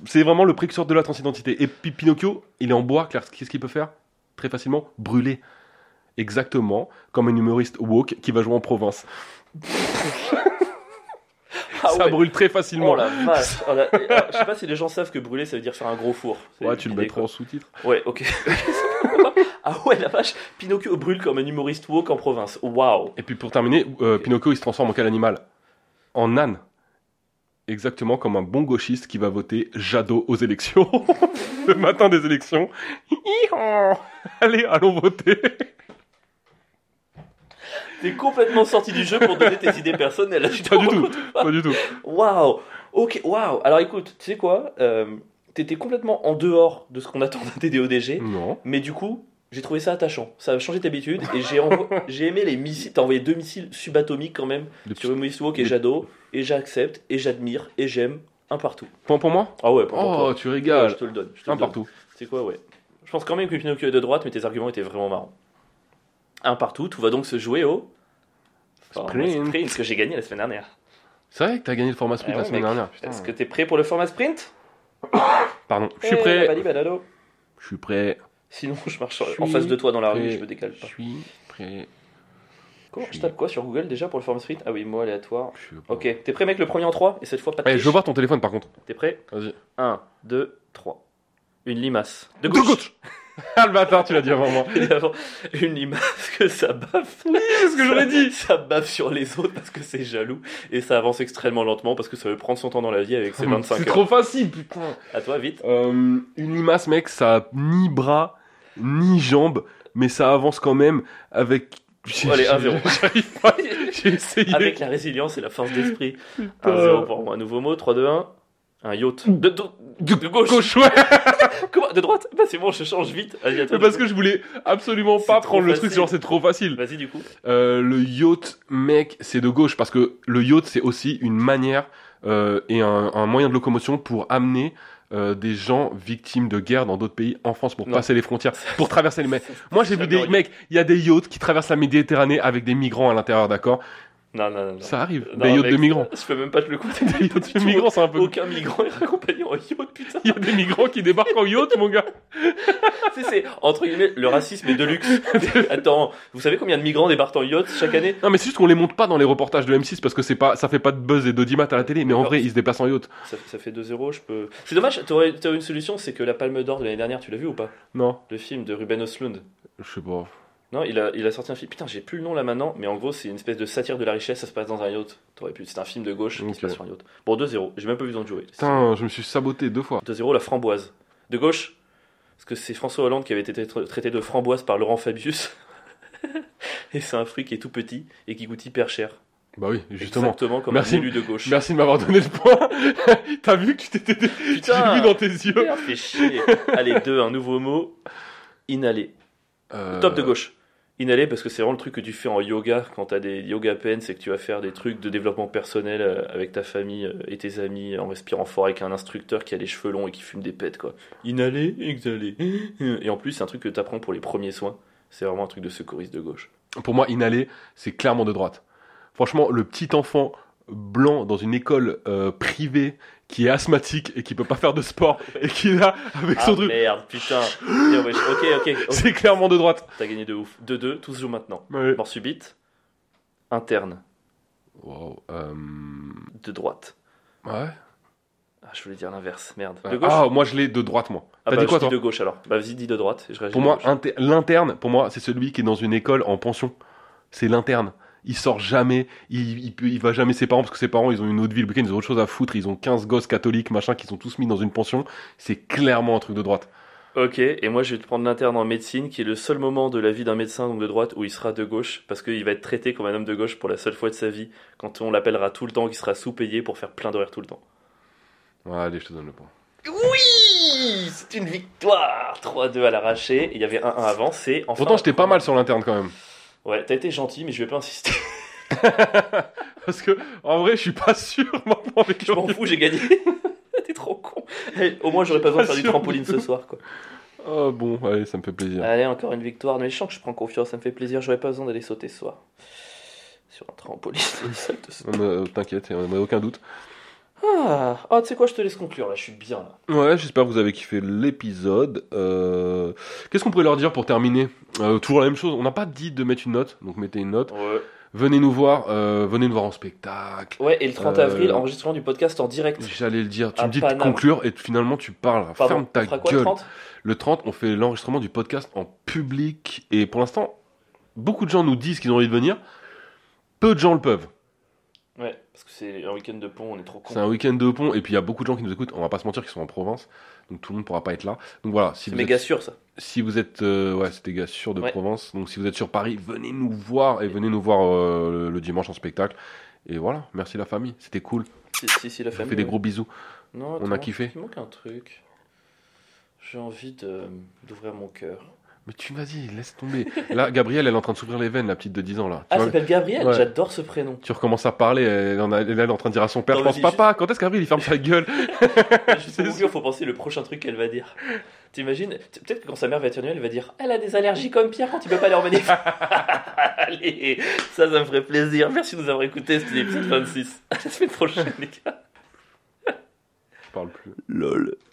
B: C'est vraiment le précurseur de la transidentité. Et puis Pinocchio, il est en bois, car qu'est-ce qu'il peut faire Très facilement, brûler. Exactement comme un humoriste woke qui va jouer en province.
A: Ah
B: Ça
A: ouais.
B: brûle très
A: Oh
B: facilement.
A: la vache Oh la- et, ah, Je sais pas si les gens savent que brûler, ça veut dire faire un gros four. C'est
B: ouais, tu le
A: l'idée,
B: mettras en sous-titre.
A: quoi. Ouais, ok. ah ouais, la vache Pinocchio brûle comme un humoriste woke en province. Waouh
B: Et puis pour terminer, euh, Pinocchio, il se transforme en quel animal En âne. Exactement comme un bon gauchiste qui va voter Jadot aux élections. le matin des élections. Hi-haw Allez, allons voter.
A: T'es complètement sorti du jeu pour donner tes idées personnelles. Je
B: Pas du
A: te
B: tout. Pas du tout.
A: Waouh Ok, waouh Alors écoute, tu sais quoi Euh, T'étais complètement en dehors de ce qu'on attend d'un TDODG,
B: Non.
A: mais du coup, j'ai trouvé ça attachant. Ça a changé d'habitude et j'ai envo- j'ai aimé les missiles. T'as envoyé deux missiles subatomiques quand même
B: Des
A: sur Humorist Walk et
B: des-
A: Jadot, et j'accepte, et j'admire, et j'aime, un partout.
B: Point pour moi
A: Ah ouais, pour
B: Oh,
A: toi.
B: tu
A: Ouais, je
B: régales.
A: te le donne. je te
B: Un
A: le donne.
B: partout.
A: C'est quoi, ouais. Je pense quand même que Pinocchio est de droite, mais tes arguments étaient vraiment marrants. Un partout, tout va donc se jouer au.
B: Sprint.
A: ce que j'ai gagné la semaine dernière.
B: C'est vrai que t'as gagné le format sprint
A: Ah
B: la
A: ouais,
B: semaine
A: mec.
B: dernière.
A: Putain, Est-ce que t'es prêt pour le format sprint
B: Pardon. Je
A: Eh,
B: suis
A: la
B: prêt.
A: Bali Badalo.
B: Je suis prêt.
A: Sinon, je marche
B: Je
A: en
B: suis
A: face de toi dans la rue,
B: prêt.
A: Ah je me décale
B: Je
A: pas.
B: suis prêt.
A: Comment
B: suis-
A: je tape quoi sur Google déjà pour le format sprint Ah oui, mot aléatoire.
B: Je suis-
A: Ok, t'es prêt, mec, le premier en 3 Et cette fois, pas de
B: Eh, je
A: triche.
B: veux voir ton téléphone par contre.
A: T'es prêt
B: Vas-y.
A: 1, 2, 3. Une limace. De
B: De
A: gauche.
B: gauche. Ah le bâtard, tu l'as dit avant moi.
A: Et avant, Une limace que ça baffe.
B: C'est ce que j'aurais dit.
A: Ça baffe sur les autres parce que c'est jaloux. Et ça avance extrêmement lentement parce que ça veut prendre son temps dans la vie avec ses 25
B: Ah C'est
A: heures.
B: trop facile, putain.
A: À toi, vite.
B: Euh, une limace, mec, ça a ni bras, ni jambes, mais ça avance quand même avec. J'ai-
A: Oh, Allez,
B: j'ai-
A: 1-0.
B: J'arrive pas. J'ai essayé.
A: Avec la résilience et la force d'esprit.
B: Putain.
A: 1-0 pour moi. Un nouveau mot, 3-2-1. Un yacht. De, de-
B: De
A: de gauche.
B: gauche, ouais.
A: Comment De droite Bah c'est bon, je change vite. Vas-y, à toi,
B: Mais
A: du
B: parce
A: coup.
B: que je voulais absolument pas
A: C'est trop
B: prendre le truc,
A: facile.
B: genre c'est trop facile.
A: Vas-y, du coup.
B: Euh, le yacht, mec, c'est de gauche parce que le yacht, c'est aussi une manière euh, et un, un moyen de locomotion pour amener euh, des gens victimes de guerre dans d'autres pays en France pour
A: Non.
B: passer les frontières, pour traverser les mers. Moi, j'ai vu
A: Jamais
B: des
A: regardé.
B: mecs, il y a des yachts qui traversent la Méditerranée avec des migrants à l'intérieur, d'accord
A: Non, non, non. non.
B: Ça arrive.
A: Non,
B: des yachts
A: mec,
B: de migrants.
A: Je peux même pas te le compter.
B: Des yachts de
A: tout.
B: migrants, c'est un peu.
A: Aucun migrant est accompagné en yacht, putain.
B: Il y a des migrants qui débarquent en yacht, mon gars.
A: Tu sais, c'est entre guillemets le racisme est de luxe. Attends, vous savez combien de migrants débarquent en yacht chaque année
B: Non, mais c'est juste qu'on les monte pas dans les reportages de M6 parce que c'est pas, ça fait pas de buzz et d'audimat à la télé. Mais en
A: D'accord.
B: vrai, ils se déplacent en yacht.
A: ça, ça fait 2-0, je peux. C'est dommage, t'aurais t'aurais une solution, c'est que la palme d'or de l'année dernière, tu l'as vu ou pas
B: Non,
A: Le film de Ruben Östlund.
B: je sais pas.
A: Non, il a, il a sorti un film. Putain, j'ai plus le nom là maintenant, mais en gros, c'est une espèce de satire de la richesse. Ça se passe dans un yacht. T'aurais pu. C'est un film de gauche qui
B: Ok.
A: se passe sur un yacht. Bon, 2-0. J'ai même pas vu le temps de jouer.
B: Putain, je me suis saboté deux fois.
A: 2-0, la framboise. De gauche Parce que c'est François Hollande qui avait été tra- traité de framboise par Laurent Fabius. et c'est un fruit qui est tout petit et qui coûte hyper cher.
B: Bah oui, justement.
A: Exactement comme
B: Merci.
A: un élu de gauche.
B: Merci de m'avoir donné le point. T'as vu que tu t'étais. J'ai vu dans tes yeux.
A: Merde, fais chier. Allez, deux, un nouveau mot. Inhaler.
B: Euh,
A: Top de gauche. Inhaler parce que c'est vraiment le truc que tu fais en yoga quand t'as des yoga pens c'est que tu vas faire des trucs de développement personnel euh, avec ta famille euh, et tes amis en respirant fort avec un instructeur qui a les cheveux longs et qui fume des pets quoi. Inhaler, exhaler. Et en plus c'est un truc que t'apprends pour les premiers soins. C'est vraiment un truc de secouriste de gauche.
B: Euh, Pour moi, inhaler, c'est clairement de droite. Franchement, le petit enfant blanc dans une école euh, privée qui est asthmatique et qui peut pas faire de sport et qui est là avec
A: Ah
B: son truc,
A: merde putain. Bien, wesh. ok ok. Oh, ok.
B: c'est clairement de droite.
A: Bah T'as gagné de ouf. 2-2, tout se joue maintenant.
B: Ouais.
A: Mort subite. Interne.
B: Wow. euh,
A: De droite.
B: Ouais.
A: Ah, je voulais dire l'inverse, merde. De
B: Ouais.
A: gauche
B: Ah, moi je l'ai de droite, moi.
A: Ah,
B: T'as
A: bah,
B: dit quoi,
A: je dis
B: toi
A: de gauche alors. Bah, vas-y, dis de droite. et Je réagis
B: Pour
A: de
B: moi,
A: gauche.
B: inter- l'interne, pour moi, c'est celui qui est dans une école en pension. C'est l'interne. Il sort jamais, il, il, peut- il va jamais ses parents parce que ses parents ils ont une autre vie, le week-end ils ont autre chose à foutre, ils ont 15 gosses catholiques machin qui sont tous mis dans une pension. C'est clairement un truc de droite.
A: Ok, et moi je vais te prendre l'interne en médecine, qui est le seul moment de la vie d'un médecin, donc de droite, où il sera de gauche, parce qu'il va être traité comme un homme de gauche pour la seule fois de sa vie, quand on l'appellera tout le temps, qu'il sera sous-payé pour faire plein d'horaires tout le temps.
B: Ouais, allez, je te donne le point.
A: Oui C'est une victoire 3-2 à l'arraché, et il y avait 1-1 avant, c'est enfin... euh,
B: Pourtant, j'étais pas mal sur l'interne quand même.
A: Ouais, t'as été gentil, mais je vais pas insister.
B: Parce que, en vrai, je suis pas sûr maintenant avec
A: Je m'en fous, j'ai gagné T'es trop con Allez, Au moins j'aurais pas besoin de faire du
B: Pas sûr
A: trampoline
B: du tout.
A: ce soir, quoi.
B: Oh bon, allez, ça me fait plaisir.
A: Allez, encore une victoire. Mais je sens que je prends confiance, ça me fait plaisir. J'aurais pas besoin d'aller sauter ce soir. Sur un trampoline, une salle de saut.
B: On a- Euh, T'inquiète, on n'a aucun doute.
A: Ah, Ah, tu sais quoi, je te laisse conclure là, je suis bien là.
B: Ouais, j'espère que vous avez kiffé l'épisode. Euh, Qu'est-ce qu'on pourrait leur dire pour terminer Euh, Toujours la même chose, on n'a pas dit de mettre une note, donc mettez une note.
A: Ouais,
B: Venez nous voir, euh, venez nous voir en spectacle.
A: et le 30
B: Euh,
A: avril, enregistrement du podcast en direct.
B: J'allais le dire, tu
A: À
B: me dis de
A: Ah, Paname.
B: conclure et finalement tu parles.
A: Pardon,
B: Ferme ta
A: on fera quoi
B: gueule.
A: le 30
B: Le 30, on fait l'enregistrement du podcast en public et pour l'instant, beaucoup de gens nous disent qu'ils ont envie de venir. Peu de gens le peuvent.
A: Ouais, parce que c'est un week-end de pont, on est trop con.
B: C'est un week-end de pont et puis il y a beaucoup de gens qui nous écoutent. On va pas se mentir, qui sont en province, donc tout le monde pourra pas être là. Donc voilà, si
A: C'est
B: vous
A: méga
B: êtes,
A: sûr ça.
B: si vous êtes, euh, ouais, c'est des gars sûrs de
A: Ouais.
B: province. Donc si vous êtes sur Paris, venez nous voir et venez nous voir euh, le, le dimanche en spectacle. Et voilà, merci la famille, c'était cool.
A: Si, si, si, la
B: Je vous
A: famille.
B: fais des
A: ouais.
B: gros bisous.
A: Non,
B: On a
A: attends,
B: kiffé.
A: Il manque un truc. J'ai envie de- d'ouvrir mon cœur.
B: Mais tu vas-y, laisse tomber. Là, Gabrielle, elle est en train de s'ouvrir les veines, la petite de 10 ans
A: Ah,
B: là. tu,
A: elle
B: vois,
A: s'appelle Gabriel,
B: Ouais.
A: j'adore ce prénom.
B: tu recommences à parler, elle, en a- elle est en train de dire à son père,
A: Non,
B: je pense
A: vas-y,
B: papa, quand est-ce qu'Avril il ferme sa gueule
A: Juste pour conclure, faut penser le prochain truc qu'elle va dire. T'imagines t- Peut-être que quand sa mère va éternuer, elle va dire Elle a des allergies comme Pierre quand il peut pas aller en manif. Allez, ça, ça me ferait plaisir. Merci de nous avoir écoutés. C'était l'épisode 26. À la semaine prochaine, les gars.
B: Je parle plus.
A: LOL.